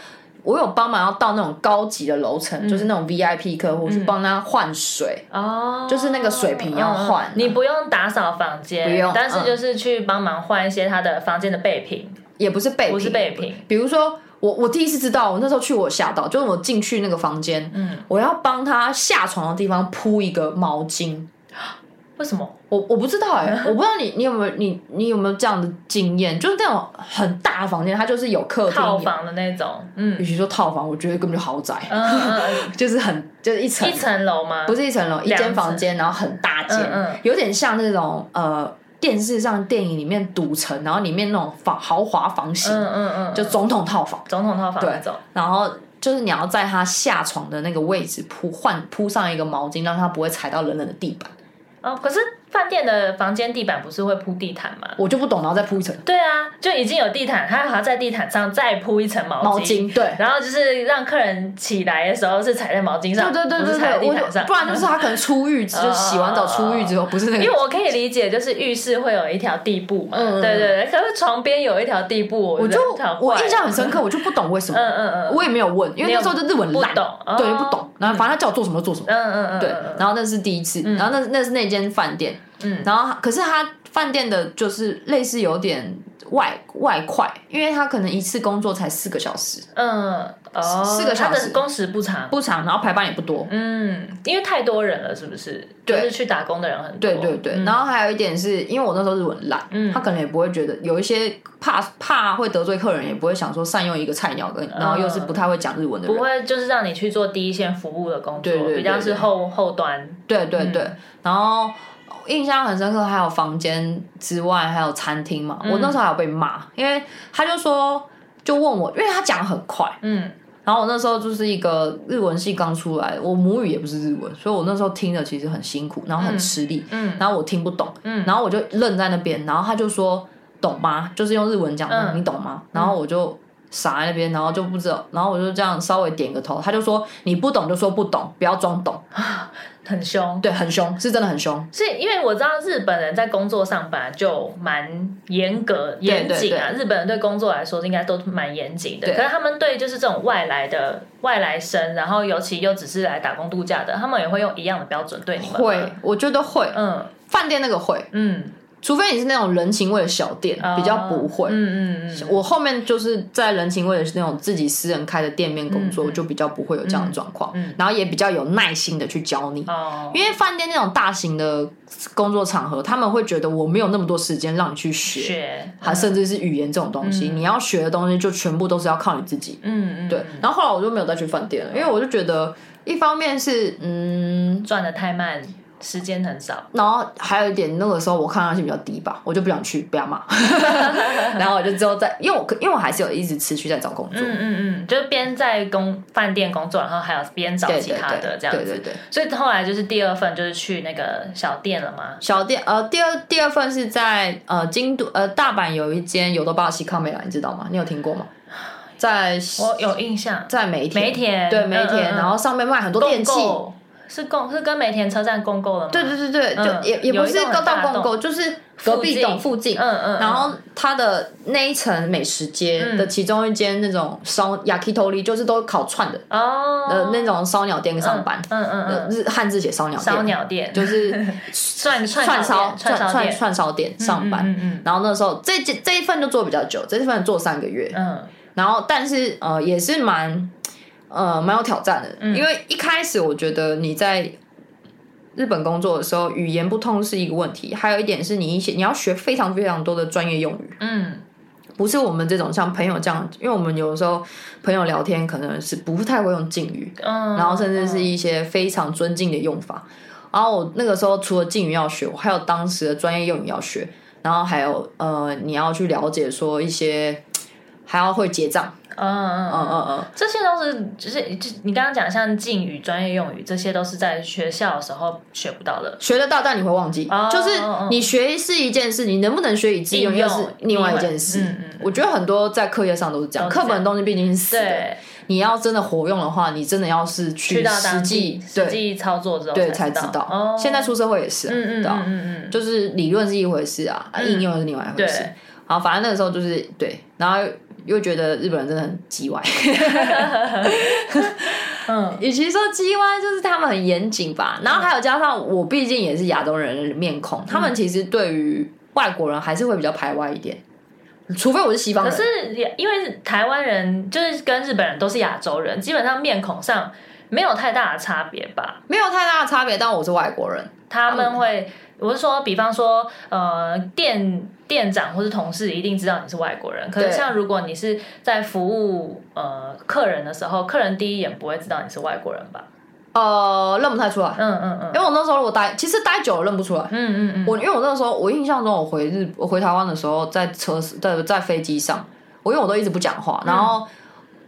S2: 我有帮忙要到那种高级的楼
S1: 嗯
S2: 层，就是那种 VIP 客户、去帮他换水，
S1: 哦，
S2: 就是那个水瓶要换啊
S1: 嗯你不用打扫房间，
S2: 不用
S1: 但是
S2: 嗯
S1: 就是去帮忙换一些他的房间的备品，
S2: 也不是备
S1: 不
S2: 品，
S1: 是备品，
S2: 比如说我我第一次知道，我那时候去我吓到，就是我进去那个房间，
S1: 嗯，
S2: 我要帮他下床的地方铺一个毛巾。
S1: 为什么？
S2: 我我不知道哎、 我不知道你你有没有你你有没有这样的经验，就是那种很大的房间，它就是有客厅，
S1: 套房的那种，嗯
S2: 与其说套房，我觉得根本就豪宅，
S1: 嗯 嗯，
S2: 就是很就是一层
S1: 嗯，一层楼吗？
S2: 不是一层楼，一
S1: 两
S2: 间
S1: 层
S2: 房间，然后很大间，
S1: 嗯嗯
S2: 有点像那种呃。电视上、电影里面赌城，然后里面那种房豪华房型，
S1: 嗯嗯嗯，
S2: 就总统套房，
S1: 总统套房那种，
S2: 然后就是你要在他下床的那个位置铺换铺上一个毛巾，让他不会踩到冷冷的地板。
S1: 哦，可是饭店的房间地板不是会铺地毯吗？
S2: 我就不懂，然后再铺一层
S1: 对啊，就已经有地毯，他还要在地毯上再铺一层毛
S2: 毛巾，对。
S1: 然后就是让客人起来的时候是踩在毛巾
S2: 对
S1: 上，
S2: 对对
S1: 不
S2: 对
S1: 是踩在地
S2: 对，我
S1: 毯
S2: 就
S1: 上，
S2: 不然就是他可能出浴，就洗完澡出浴之后，不是那
S1: 因为
S2: 个，
S1: 我可以理解，就是浴室会有一条地布嘛，
S2: 嗯嗯嗯
S1: 对对对。可是床边有一条地布，我
S2: 我就
S1: 觉得很
S2: 我
S1: 坏
S2: 印象很深刻，我就不懂为 什么，
S1: 嗯嗯嗯
S2: 我也没有问，因为那时候就日文烂
S1: 你也不懂，
S2: 对，
S1: 哦
S2: 不懂，嗯然后反正他叫我做什么就做什么，
S1: 嗯嗯嗯，
S2: 对
S1: 嗯，
S2: 然后那是第一次，然后那那是那间饭店，
S1: 嗯
S2: 然后可是他饭店的就是类似有点外外快，因为他可能一次工作才四个小时，
S1: 嗯哦，
S2: 四个小时
S1: 它的工时不长，
S2: 不长，然后排班也不多，
S1: 嗯，因为太多人了，是不是？
S2: 对
S1: 就是去打工的人很多，
S2: 对对对，然后还有一点是因为我那时候日文烂，
S1: 嗯
S2: 他可能也不会觉得有一些怕怕会得罪客人，也不会想说善用一个菜鸟跟，然后又是不太会讲日文的
S1: 不
S2: 人，
S1: 会就是让你去做第一线服务的工作，
S2: 对对对
S1: 比较是后后端，
S2: 对
S1: 嗯
S2: 对对，然后印象很深刻，还有房间之外还有餐厅
S1: 嗯
S2: 嘛，我那时候还有被骂，因为他就说就问我，因为他讲得很快，
S1: 嗯
S2: 然后我那时候就是一个日文系刚出来，我母语也不是日文，所以我那时候听着其实很辛苦，然后很吃力，
S1: 嗯
S2: 然后我听不懂，
S1: 嗯
S2: 然后我就愣在那边，然后他就说懂吗？就是用日文讲，
S1: 嗯
S2: 你懂吗？然后我就傻在那边，然后就不知道，然后我就这样稍微点个头，他就说你不懂就说不懂，不要装懂，
S1: 很凶。
S2: 对，很凶，是真的很凶，
S1: 是因为我知道日本人在工作上本来就蛮严格、严谨啊。日本人对工作来说应该都蛮严谨的，
S2: 对
S1: 可是他们对就是这种外来的外来生，然后尤其又只是来打工度假的，他们也会用一样的标准对你们。
S2: 会，，我觉得会，
S1: 嗯
S2: 饭店那个会，
S1: 嗯，
S2: 除非你是那种人情味的小店，比较不会，
S1: 嗯嗯嗯，
S2: 我后面就是在人情味的那种自己私人开的店面工作，
S1: 嗯嗯
S2: 就比较不会有这样的状况，
S1: 嗯嗯
S2: 然后也比较有耐心的去教你。
S1: 哦，
S2: 因为饭店那种大型的工作场合，他们会觉得我没有那么多时间让你去学，
S1: 学，嗯
S2: 还甚至是语言这种东西，你要学的东西就全部都是要靠你自己。
S1: 嗯嗯，
S2: 对，然后后来我就没有再去饭店了，因为我就觉得一方面是嗯，
S1: 赚的太慢，时间很少，
S2: 然后还有一点那个时候我抗压性比较低吧，我就不想去，不要骂。然后我就之后再，因为我因为我还是有一直持续在找工作，
S1: 嗯嗯嗯，就是边在工饭店工作，然后还有边找
S2: 对
S1: 其他的这样
S2: 对对
S1: 子。
S2: 对对，
S1: 所以后来就是第二份就是去那个小店了嘛，
S2: 小店呃，第二第二份是在呃京都呃大阪有一间有豆巴西康美兰，你知道吗？你有听过吗？在
S1: 我有印象，
S2: 在梅田，
S1: 梅田
S2: 对梅田，
S1: 嗯嗯嗯
S2: 然后上面卖很多电
S1: 共
S2: 器。
S1: 购是共是跟梅田车站共购的吗？
S2: 对对对对，
S1: 嗯
S2: 就也也不
S1: 有一
S2: 是
S1: 栋
S2: 高
S1: 很大
S2: 到
S1: 的
S2: 共购，就是隔壁栋附近。
S1: 嗯嗯，嗯嗯
S2: 然后它的那一层美食街的其中一间那种烧 yakitori，就是都烤串的
S1: 哦，
S2: 呃那种烧鸟店上班，
S1: 嗯嗯
S2: 呃
S1: 嗯，
S2: 日汉字写烧鸟
S1: 烧
S2: 店，
S1: 鸟店
S2: 就是
S1: 串
S2: 串烧
S1: 烧
S2: 串
S1: 烧
S2: 串
S1: 店
S2: 串烧店上班。
S1: 嗯嗯
S2: 然后那时候这这这一份就做比较久，这一份做三个月，
S1: 嗯
S2: 然后但是呃也是蛮呃蛮有挑战的，
S1: 嗯
S2: 因为一开始我觉得你在日本工作的时候语言不通是一个问题，还有一点是你一些你要学非常非常多的专业用语，
S1: 嗯
S2: 不是我们这种像朋友这样，因为我们有的时候朋友聊天可能是不太会用敬语，
S1: 嗯，
S2: 然后甚至是
S1: 嗯
S2: 一些非常尊敬的用法。然后我那个时候除了敬语要学，我还有当时的专业用语要学，然后还有呃，你要去了解说一些，还要会结账，
S1: 嗯嗯
S2: 嗯嗯嗯，
S1: 这些都是，就是就你刚刚讲像敬语、专业用语，这些都是在学校的时候学不到的。
S2: 学得到，但你会忘记。
S1: 哦
S2: 就是
S1: 哦哦
S2: 你学是一件事，你能不能学以致用
S1: 应用
S2: 又是另外一件事。
S1: 嗯嗯
S2: 我觉得很多在课业上都是这样，
S1: 都是这
S2: 课
S1: 样
S2: 本的东西毕竟是死的，
S1: 对，
S2: 你要真的活用的话，你真的要是
S1: 去
S2: 去
S1: 到
S2: 实
S1: 当地
S2: 际
S1: 实
S2: 对
S1: 际操作之后
S2: 对
S1: 才
S2: 才知道。
S1: 哦，
S2: 现在出社会也是啊，
S1: 嗯嗯
S2: 对啊
S1: 嗯嗯嗯，
S2: 就是理论是一回事啊，啊应用是另外一回事。
S1: 对
S2: 好，反正那个时候就是对，然后又觉得日本人真的很叽歪。
S1: 嗯，
S2: 与其说叽歪，就是他们很严谨吧。然后还有加上我毕竟也是亚洲人的面
S1: 嗯
S2: 孔，他们其实对于外国人还是会比较排外一点，除非我是西方
S1: 可
S2: 人。
S1: 是也因为台湾人就是跟日本人都是亚洲人，基本上面孔上没有太大的差别吧。
S2: 没有太大的差别，但我是外国人，
S1: 他们
S2: 哦
S1: 会，我是说，比方说，呃，店店长或是同事一定知道你是外国人。可是
S2: 对
S1: 像如果你是在服务呃客人的时候，客人第一眼不会知道你是外国人吧？
S2: 呃，认不太出来，
S1: 嗯嗯嗯
S2: 因为我那时候我待，其实待久了认不出来。
S1: 嗯嗯嗯，
S2: 我因为我那时候，我印象中我回日，我回台湾的时候，在车在在飞机上，我因为我都一直不讲话，
S1: 嗯
S2: 然后、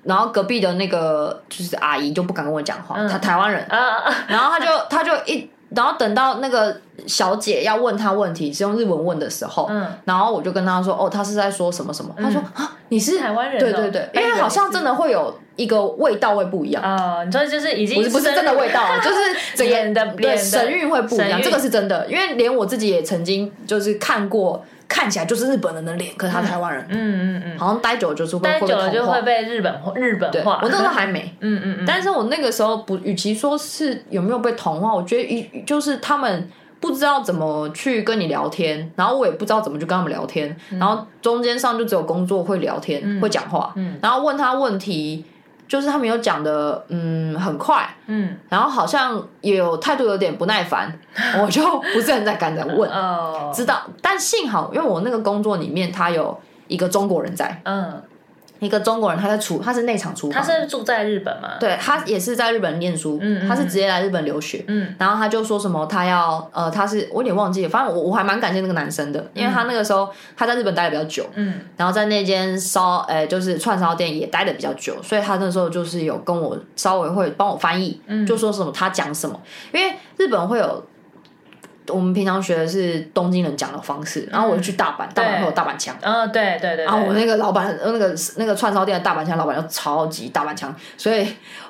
S2: 然后隔壁的那个就是阿姨就不敢跟我讲话，她、台湾人，
S1: 啊啊啊
S2: 然后她就她就一，然后等到那个小姐要问她问题是用日文问的时候，
S1: 嗯，
S2: 然后我就跟她说，哦，她是在说什么什么，她说啊，你是
S1: 台湾人哦
S2: 对对对，因为好像真的会有一个味道会不一样。
S1: 啊，你说就是已经
S2: 不是不是真的味道 啊，就是整
S1: 脸的
S2: 个
S1: 脸的
S2: 对神韵会不一
S1: 神
S2: 样，
S1: 韵
S2: 这个是真的，因为连我自己也曾经就是看过，看起来就是日本人的脸，可是他是台湾人，
S1: 嗯嗯嗯，
S2: 好像待久了就是会
S1: 待
S2: 会
S1: 久了
S2: 被
S1: 就
S2: 同化
S1: 会。被日本化日本
S2: 对，
S1: 化。
S2: 我那时候还没，
S1: 嗯嗯嗯，
S2: 但是我那个时候不，与其说是有没有被同化，我觉得一就是他们不知道怎么去跟你聊天，然后我也不知道怎么去跟他们聊天，然后中间上就只有工作会聊天，会讲话，
S1: 嗯
S2: 然后问他问题，就是他们有讲的，嗯，很快，
S1: 嗯
S2: 然后好像也有态度有点不耐 烦，我就不是很再敢再问。
S1: 哦，
S2: 知道，但幸好因为我那个工作里面，他有一个中国人在，
S1: 嗯，
S2: 一个中国人他在厨，他是内场厨
S1: 他
S2: 房，
S1: 是住在日本嘛？，
S2: 对他也是在日本念书，
S1: 嗯嗯
S2: 他是直接来日本留学。
S1: 嗯
S2: 然后他就说什么，他要呃，他是我有点忘记了，反正我我还蛮感谢那个男生的，因为他那个时候他在日本待的比较久，
S1: 嗯
S2: 然后在那间烧，呃，就是串烧店也待的比较久，所以他那时候就是有跟我稍微会帮我翻译，
S1: 嗯
S2: 就说什么他讲什么，因为日本会有我们平常学的是东京人讲的方式，然后我去大阪，大阪会有大阪腔。
S1: 嗯，对对对，
S2: 然后啊我
S1: 对
S2: 那个老板，呃那个那个串烧店的大阪腔老板就超级大阪腔，所以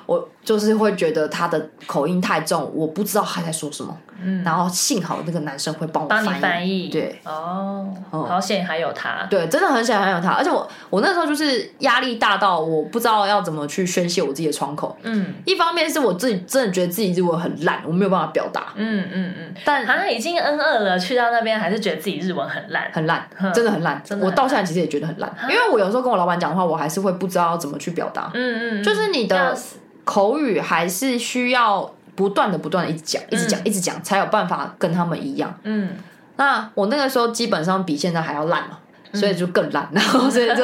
S2: 我就是会觉得他的口音太重，我不知道他在说什么。
S1: 嗯
S2: 然后幸好那个男生会帮我
S1: 帮你
S2: 翻译，
S1: 翻译，
S2: 对，
S1: 哦，好险还有他，
S2: 对，真的很想很有他，而且我我那时候就是压力大到我不知道要怎么去宣泄我自己的窗口。
S1: 嗯
S2: 一方面是我自己真的觉得自己日文很烂，我没有办法表达，
S1: 嗯嗯嗯，
S2: 但
S1: 好像已经 N 二了，去到那边还是觉得自己日文很烂，
S2: 很烂，真的很烂。
S1: 真的
S2: 我
S1: 很
S2: 到现在其实也觉得很烂，因为我有时候跟我老板讲话，我还是会不知道要怎么去表达，
S1: 嗯嗯，
S2: 就是你
S1: 要
S2: 的
S1: 死
S2: 口语还是需要不断的不断的一直讲，一直讲，一直讲，才有办法跟他们一样。
S1: 嗯
S2: 那我那个时候基本上比现在还要烂嘛，
S1: 嗯
S2: 所以就更烂，然后所以就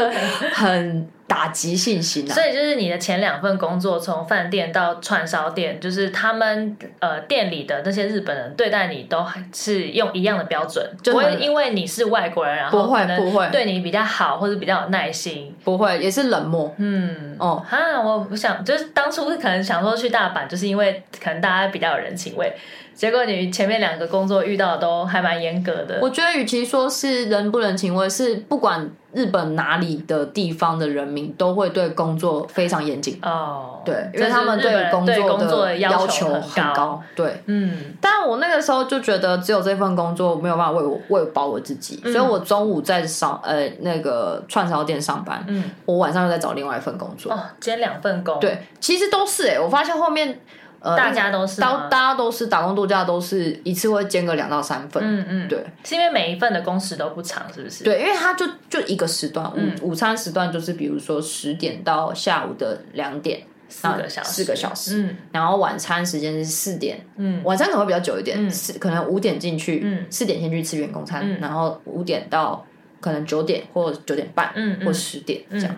S2: 很打击信心啊。
S1: 所以就是你的前两份工作，从饭店到串烧店，就是他们呃店里的那些日本人对待你都还是用一样的标准，
S2: 就
S1: 不
S2: 很
S1: 会因为你是外国人，然后
S2: 不会
S1: 可能
S2: 不会
S1: 对你比较好或者比较有耐心。
S2: 不会，也是冷漠。
S1: 嗯，
S2: 哦，
S1: 哈，我我想就是当初可能想说去大阪，就是因为可能大家比较有人情味，结果你前面两个工作遇到的都还蛮严格的。
S2: 我觉得与其说是人不人情味，是不管日本哪里的地方的人民都会对工作非常严谨。
S1: 哦，
S2: 对，因
S1: 这
S2: 为
S1: 是
S2: 他们
S1: 日本人
S2: 工
S1: 对工作
S2: 作
S1: 的
S2: 的
S1: 要
S2: 求
S1: 很
S2: 很高。对，
S1: 嗯
S2: 但我那个时候就觉得只有这份工作没有办法为我喂饱我自
S1: 嗯
S2: 己，所以我中午在烧呃那个串烧店上班，
S1: 嗯，
S2: 我晚上又在找另外一份工作。
S1: 哦，兼两份工，，
S2: 对，其实都是哎、我发现后面呃
S1: 大家都是
S2: 大
S1: 吗
S2: 大家都是打工度假，都是一次会兼个两到三份。
S1: 嗯嗯，
S2: 对，
S1: 是因为每一份的工时都不长，是不是？，
S2: 对，因为它就就一个时段，午、
S1: 嗯
S2: 午餐时段就是比如说十点到下午的两点，
S1: 四个小时，
S2: 四个小时，
S1: 嗯
S2: 然后晚餐时间是四点，
S1: 嗯
S2: 晚餐可能会比较久一点，四、可能五点进去，
S1: 嗯
S2: 四点先去吃员工餐，
S1: 嗯
S2: 然后五点到可能九点或九点半，
S1: 嗯嗯
S2: 或十点这样。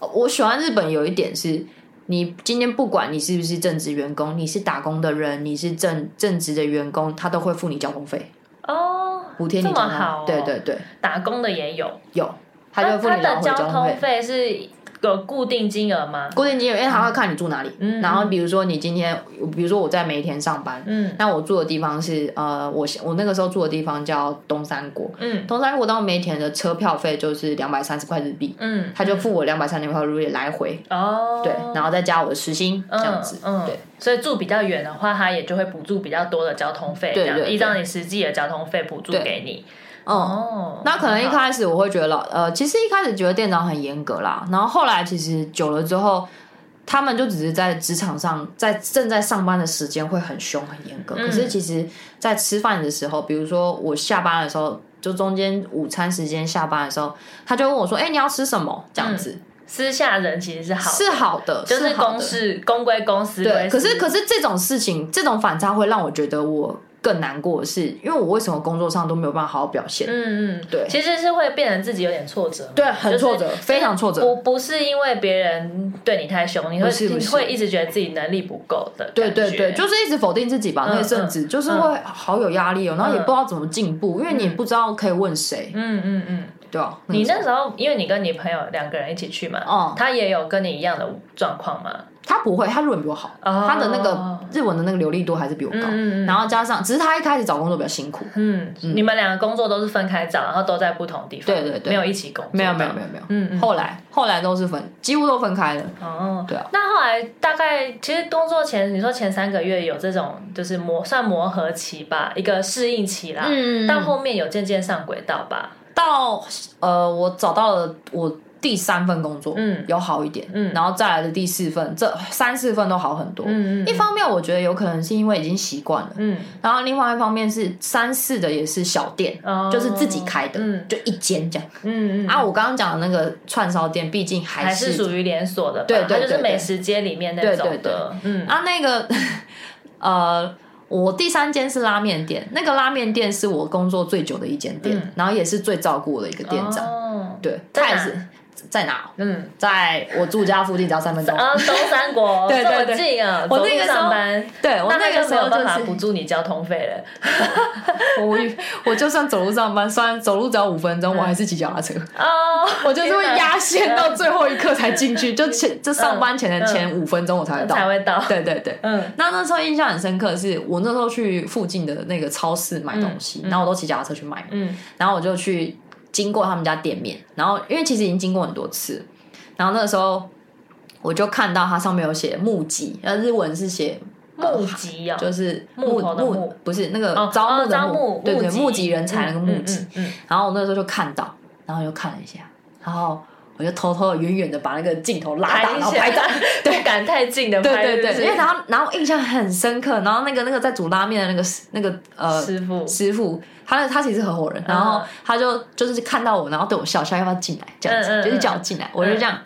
S2: 呃我喜欢日本有一点是。你今天不管你是不是正职员工，你是打工的人，你是正正职的员工，他都会付你交通费，
S1: 哦，
S2: 补贴你
S1: 这
S2: 交
S1: 么
S2: 通。
S1: 好哦
S2: 对对对，
S1: 打工的也有，
S2: 有，他就会付
S1: 那
S2: 你来
S1: 的
S2: 回交
S1: 交
S2: 通费
S1: 通。费是有固定金额吗？
S2: 固定金额，因为他会看你住哪里。
S1: 嗯
S2: 然后比如说你今天，比如说我在梅田上班，
S1: 嗯
S2: 那我住的地方是呃，我我那个时候住的地方叫东三国，
S1: 嗯
S2: 东三国到梅田的车票费就是两百三十块日币，
S1: 嗯，
S2: 他就付我两百三十块日币来回，
S1: 哦，
S2: 对，然后再加我的时薪这样子，
S1: 嗯，嗯
S2: 对，
S1: 所以住比较远的话，他也就会补助比较多的交通费，这
S2: 对
S1: 样
S2: 对对
S1: 依照你实际的交通费补助给你。
S2: 嗯。
S1: 哦，
S2: 那可能一
S1: 很好
S2: 开始我会觉得老呃，其实一开始觉得店长很严格啦，然后后来其实久了之后，他们就只是在职场上，在正在上班的时间会很凶很严格，
S1: 嗯
S2: 可是其实，在吃饭的时候，比如说我下班的时候，就中间午餐时间下班的时候，他就问我说：“哎、你要吃什么？”这样子、
S1: 私下人其实是好的，
S2: 是好的，
S1: 嗯就是
S2: 好的
S1: 公事公归公，私
S2: 对，
S1: 归
S2: 可是
S1: 私
S2: 可是这种事情，这种反差会让我觉得我更难过的是，因为我为什么工作上都没有办法好好表现？
S1: 嗯嗯，
S2: 对
S1: 其实是会变成自己有点挫折嘛，
S2: 对啊很挫折
S1: 就是
S2: 非常挫折
S1: 不不是因为别人对你太凶，你会
S2: 不是不
S1: 你
S2: 是
S1: 会一直觉得自己能力不够的感
S2: 对
S1: 觉，
S2: 对对，就是一直否定自己吧。
S1: 嗯
S2: 那一阵子就是会好有压力哦，然后也
S1: 嗯
S2: 不知道怎么进步，因为你也不知道可以问谁，
S1: 嗯嗯嗯，
S2: 对吧？
S1: 你
S2: 个时
S1: 那时候因为你跟你朋友两个人一起去嘛，
S2: 哦
S1: 他也有跟你一样的状况嘛，
S2: 候他不会，他日文比我好，
S1: 哦
S2: 他的那个日文的那个流利度还是比我高。
S1: 嗯嗯嗯
S2: 然后加上，只是他一开始找工作比较辛苦，
S1: 嗯，你们两个工作都是分开找，然后都在不同地方，
S2: 对对对
S1: 没有一起工作，
S2: 没有没有没有没有，
S1: 嗯嗯
S2: 后来后来都是分，几乎都分开了。
S1: 哦，
S2: 对啊。
S1: 那后来大概其实工作前，你说前三个月有这种就是磨算磨合期吧，一个适应期啦。
S2: 嗯
S1: 到后面有渐渐上轨道吧。
S2: 到呃，我找到了我第三份工作，
S1: 嗯
S2: 有好一点，
S1: 嗯
S2: 然后再来的第四份，这三四份都好很多。
S1: 嗯
S2: 一方面我觉得有可能是因为已经习惯了，
S1: 嗯，
S2: 然后另外一方面是三四的也是小店，
S1: 哦
S2: 就是自己开的，
S1: 嗯
S2: 就一间这样。
S1: 嗯嗯，
S2: 啊，我刚刚讲的那个串烧店，毕竟还
S1: 还
S2: 是
S1: 是属于连锁的吧，
S2: 对对对
S1: 它就是
S2: 对
S1: 美食街里面那
S2: 对对
S1: 种的。嗯
S2: 啊那个 呃。我第三间是拉面店，那个拉面店是我工作最久的一间店，
S1: 嗯
S2: 然后也是最照顾我的一个店长。
S1: 哦
S2: 对，
S1: 在
S2: 他也
S1: 哪
S2: 是在哪？
S1: 嗯，
S2: 在我住家附近，只要三分钟。
S1: 啊，东三国，
S2: 对对对
S1: 这么近啊，
S2: 我
S1: 走路
S2: 那个时候
S1: 上班。
S2: 对
S1: 那
S2: 我哦那
S1: 他
S2: 个
S1: 就
S2: 时
S1: 没
S2: 候
S1: 有
S2: 就
S1: 办法补
S2: 是
S1: 助你交通费了，
S2: 我与 我就算走路上班，虽然走路只要五分
S1: 嗯
S2: 钟，我还是骑脚踏车。
S1: 哦，
S2: 我就是会
S1: 天哪
S2: 压线 到最后一刻才进去，就前这上班前的前五分钟我才会到。
S1: 嗯才会到，
S2: 对对对。
S1: 嗯
S2: 那那时候印象很深刻的是，我那时候去附近的那个超市买东西，然后我都骑脚踏车去买嘛，
S1: 嗯
S2: 然后我就去经过他们家店面，然后因为其实已经经过很多次，然后那个时候我就看到它上面有写木吉，呃，日文是写
S1: 募集啊，
S2: 哦就是
S1: 木头的木
S2: 木不是那个
S1: 哦
S2: 招募
S1: 哦
S2: 的
S1: 招
S2: 募
S1: 募，，
S2: 对对，
S1: 集
S2: 募集人才那个募集。，
S1: 嗯嗯嗯
S2: 然后我那时候就看到，然后就看了一下，然后我就偷偷的远远的把那个镜头拉大，然后拍照。
S1: 对，不敢太近的
S2: 对
S1: 拍，
S2: 对
S1: 是不
S2: 对，
S1: 是
S2: 因为然后然后印象很深刻，然后那个那个在煮拉面的那个师那个呃
S1: 师 傅
S2: 师傅，他他其实是合伙人，然后他就就是看到我，然后对我笑笑要不要进来这样
S1: 嗯
S2: 子，
S1: 嗯
S2: 就是叫我进来，我就这样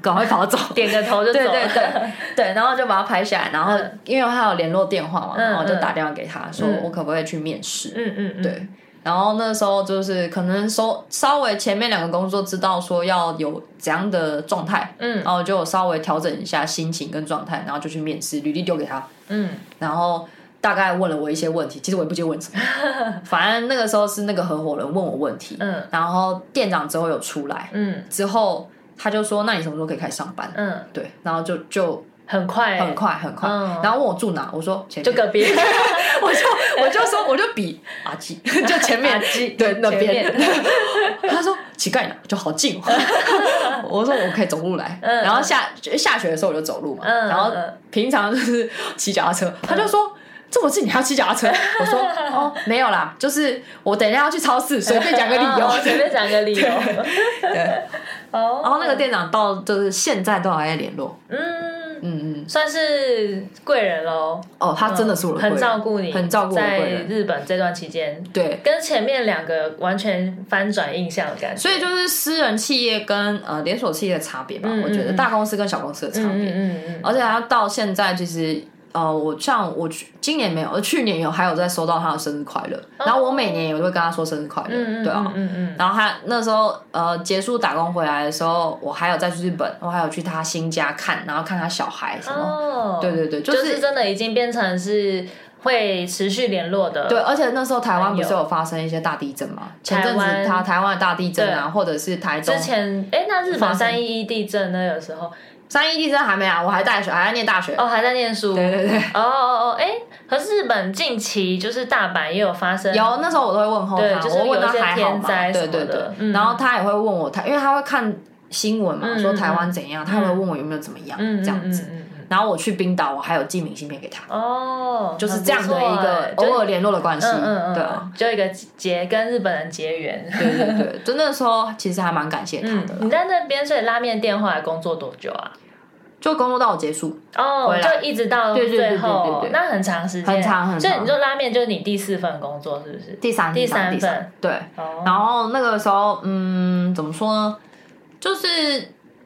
S2: 赶快跑走。
S1: 点个头就走
S2: 对
S1: 了，
S2: 对 对对，然后就把它拍下来，然后
S1: 嗯
S2: 因为他有联络电话嘛，
S1: 嗯
S2: 然后我就打电话给他说
S1: 嗯
S2: 我可不可以去面试？
S1: 嗯嗯嗯，
S2: 对，然后那时候就是可能稍稍微前面两个工作知道说要有怎样的状态，
S1: 嗯
S2: 然后就稍微调整一下心情跟状态，然后就去面试，履历丢给他，
S1: 嗯
S2: 然后。大概问了我一些问题， 其实我也不记得问什么，反正那个时候是那个合伙人问我问题，
S1: 嗯
S2: 然后店长之后有出来，
S1: 嗯
S2: 之后他就说：“那你什么时候可以开始上班？”
S1: 嗯，
S2: 对，然后就就
S1: 很快
S2: 很快很快，
S1: 嗯
S2: 然后问我住哪，我说前面
S1: 就隔壁，
S2: 我就我就说我就比阿 基，就前面
S1: 阿基
S2: 对那边
S1: 前，
S2: 他说乞丐呢就好 近、哦， 我说我可以走路来，
S1: 嗯
S2: 然后下下雪的时候我就走路嘛，
S1: 嗯
S2: 然后
S1: 嗯嗯
S2: 平常就是骑脚踏车，他就说。这么近你还要骑脚踏车？ 我说哦，没有啦，就是我等一下要去 超市，随便 讲个理由
S1: 哦。随便讲个理由，
S2: 对，
S1: 哦，
S2: 然后那个店长到就是现在都还在联络，
S1: 嗯。
S2: 嗯嗯，
S1: 算是贵人喽，
S2: 哦，他真的是我的贵
S1: 嗯
S2: 人
S1: 很照顾你，
S2: 很照顾我的
S1: 在
S2: 贵人，
S1: 日本这段期间，
S2: 对，
S1: 跟前面两个完全翻转印象的感觉，
S2: 所以就是私人企业跟呃连锁企业的差别吧，
S1: 嗯
S2: 我觉得
S1: 嗯嗯
S2: 大公司跟小公司的差
S1: 嗯
S2: 别，哦
S1: 嗯嗯嗯，
S2: 而且还要到现在其实。呃，我像我去今年没有，呃去年有还有在收到他的生日快乐，然后我每年也会跟他说生日快
S1: 哦
S2: 乐，
S1: 嗯嗯
S2: 对啊，
S1: 嗯嗯嗯
S2: 然后他那时候呃结束打工回来的时候，我还有再去日本，我还有去他新家看，然后看他小孩什么，
S1: 哦，
S2: 对对对，
S1: 就
S2: 就是、
S1: 是真的已经变成是会持续联络的，
S2: 对，哦而且那时候台湾不是
S1: 朋
S2: 有发生一些大地震嘛，前
S1: 台
S2: 阵子
S1: 湾
S2: 他台湾的大地震啊，
S1: 对
S2: 或者是台中
S1: 之前哎、那日本
S2: 发生
S1: 三一一地震那有时候
S2: 三一地震还没啊，我还大学还在念大学，
S1: 哦还在念书，
S2: 对对对。
S1: 哦哦哦，哎、可是日本近期就是大阪也有发生，
S2: 有哦那时候我都会问候
S1: 对
S2: 他，
S1: 就是
S2: 我会问
S1: 有
S2: 他
S1: 一些
S2: 还好
S1: 天
S2: 吗？
S1: 灾
S2: 对
S1: 什么
S2: 对对
S1: 的、嗯
S2: 然后他也会问我他，因为他会看新闻嘛，
S1: 嗯
S2: 说台湾怎样，他也会问我有没有怎么样、
S1: 嗯
S2: 这样子、
S1: 嗯嗯嗯嗯
S2: 然后我去冰岛，我还有寄明信片给他，
S1: 哦，
S2: 就是这样的一个
S1: 很不错欸
S2: 偶尔联络的关系、
S1: 就嗯嗯嗯，
S2: 对啊，
S1: 就一个结跟日本人结缘。
S2: 对对对，就那时候其实还蛮感谢他
S1: 嗯
S2: 的啦、，
S1: 你在那边所以拉面店后来工作多久啊？
S2: 就工作到我结束，
S1: 哦
S2: 回，来
S1: 就一直到
S2: 对对对
S1: 最后，
S2: 对对对
S1: 那很长时间，
S2: 很长很长
S1: 所以你说拉面就是你第四份工作是不是？
S2: 第三
S1: 第
S2: 三
S1: 三
S2: 第
S1: 份
S2: 对，
S1: 哦，
S2: 然后那个时候，嗯，怎么说呢？就是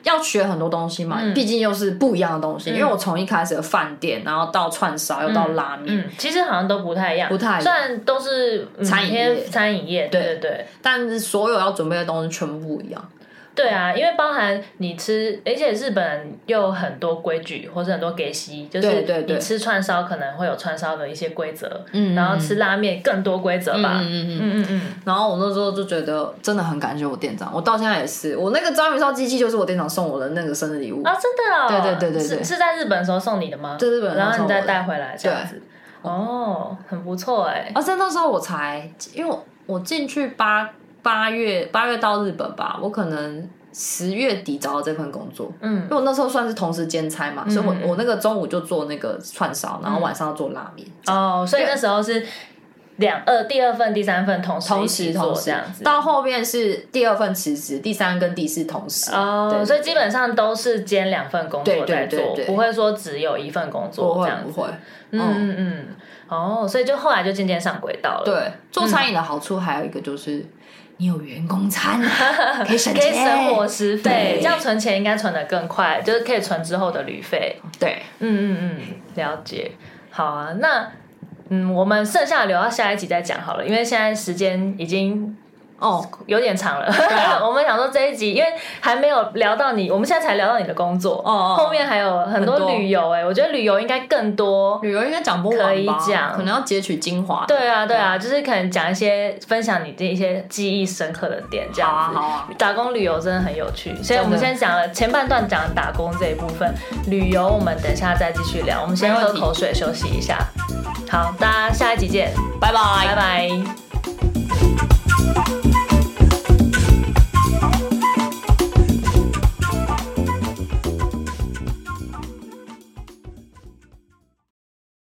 S2: 要学很多东西嘛，
S1: 嗯
S2: 毕竟又是不一样的东西。因为我从一开始的饭店，然后到串烧，又到拉面，
S1: 嗯，其实好像都不太一样，不
S2: 太一样
S1: 虽然都是嗯
S2: 餐饮业
S1: 偏餐饮业，对对对
S2: 但是所有要准备的东西全部不一样。
S1: 对啊，因为包含你吃，而且日本人又很多规矩，或是很多给息，就是
S2: 对对对
S1: 你吃串烧可能会有串烧的一些规则，
S2: 嗯
S1: 然后吃拉面更多规则吧，嗯
S2: 嗯嗯。
S1: 嗯嗯，
S2: 然后我那时候就觉得真的很感谢我店长，我到现在也是，我那个章鱼烧机器就是我店长送我的那个生日礼物。
S1: 啊，真的哦，
S2: 对对对对对
S1: 是是在日本的时候送你的吗？
S2: 在日本的时
S1: 然
S2: 候
S1: 后你再
S2: 送我的
S1: 带回来这样子，哦，很不错哎，
S2: 而且那时候我才，因为我我进去八八月八月到日本吧，我可能十月底找到这份工作，
S1: 嗯
S2: 因为我那时候算是同时兼差嘛，所以
S1: 嗯
S2: 我我那个中午就做那个串烧，然后晚上要做拉面。
S1: 哦，所以那时候是两二第二份、第三份同时一
S2: 同
S1: 起
S2: 时
S1: 做
S2: 同
S1: 这
S2: 时
S1: 样子，
S2: 到后面是第二份辞职，第三跟第四同时。
S1: 哦，
S2: 对
S1: 所以基本上都是兼两份工作
S2: 对对
S1: 在做
S2: 对，对
S1: 不会说只有一份工
S2: 不
S1: 作这
S2: 会
S1: 样
S2: 不
S1: 子。
S2: 会，
S1: 嗯嗯嗯，哦，所以就后来就渐渐上轨道了。
S2: 对，做餐饮的好处还有一个就是，你有员 工餐，可以省
S1: 可以
S2: 钱，
S1: 省伙食费，
S2: 对
S1: 这样存钱应该存的更快，就是可以存之后的旅费。
S2: 对，
S1: 嗯嗯嗯，了解。好啊，那嗯，我们剩下的留到下一集再讲好了，因为现在时间已经
S2: 哦，
S1: 有点长了。
S2: 啊
S1: 我们想说这一集，因为还没有聊到你，我们现在才聊到你的工作，
S2: 哦哦
S1: 后面还有很多
S2: 很多
S1: 旅游哎、我觉得旅游应该更多。
S2: 旅游应该讲不完吧
S1: 可以讲
S2: 可能要截取精华。
S1: 对啊，对啊，就是可能讲一些分享你的一些记忆深刻的点，这样子。
S2: 好啊好啊
S1: 打工旅游真的很有趣，所以我们
S2: 真的
S1: 先讲了前半段讲打工这一部分，旅游我们等一下再继续聊，我们先
S2: 没问
S1: 喝
S2: 题
S1: 口水休息一下。好，大家下一集见，
S2: 拜拜
S1: 拜拜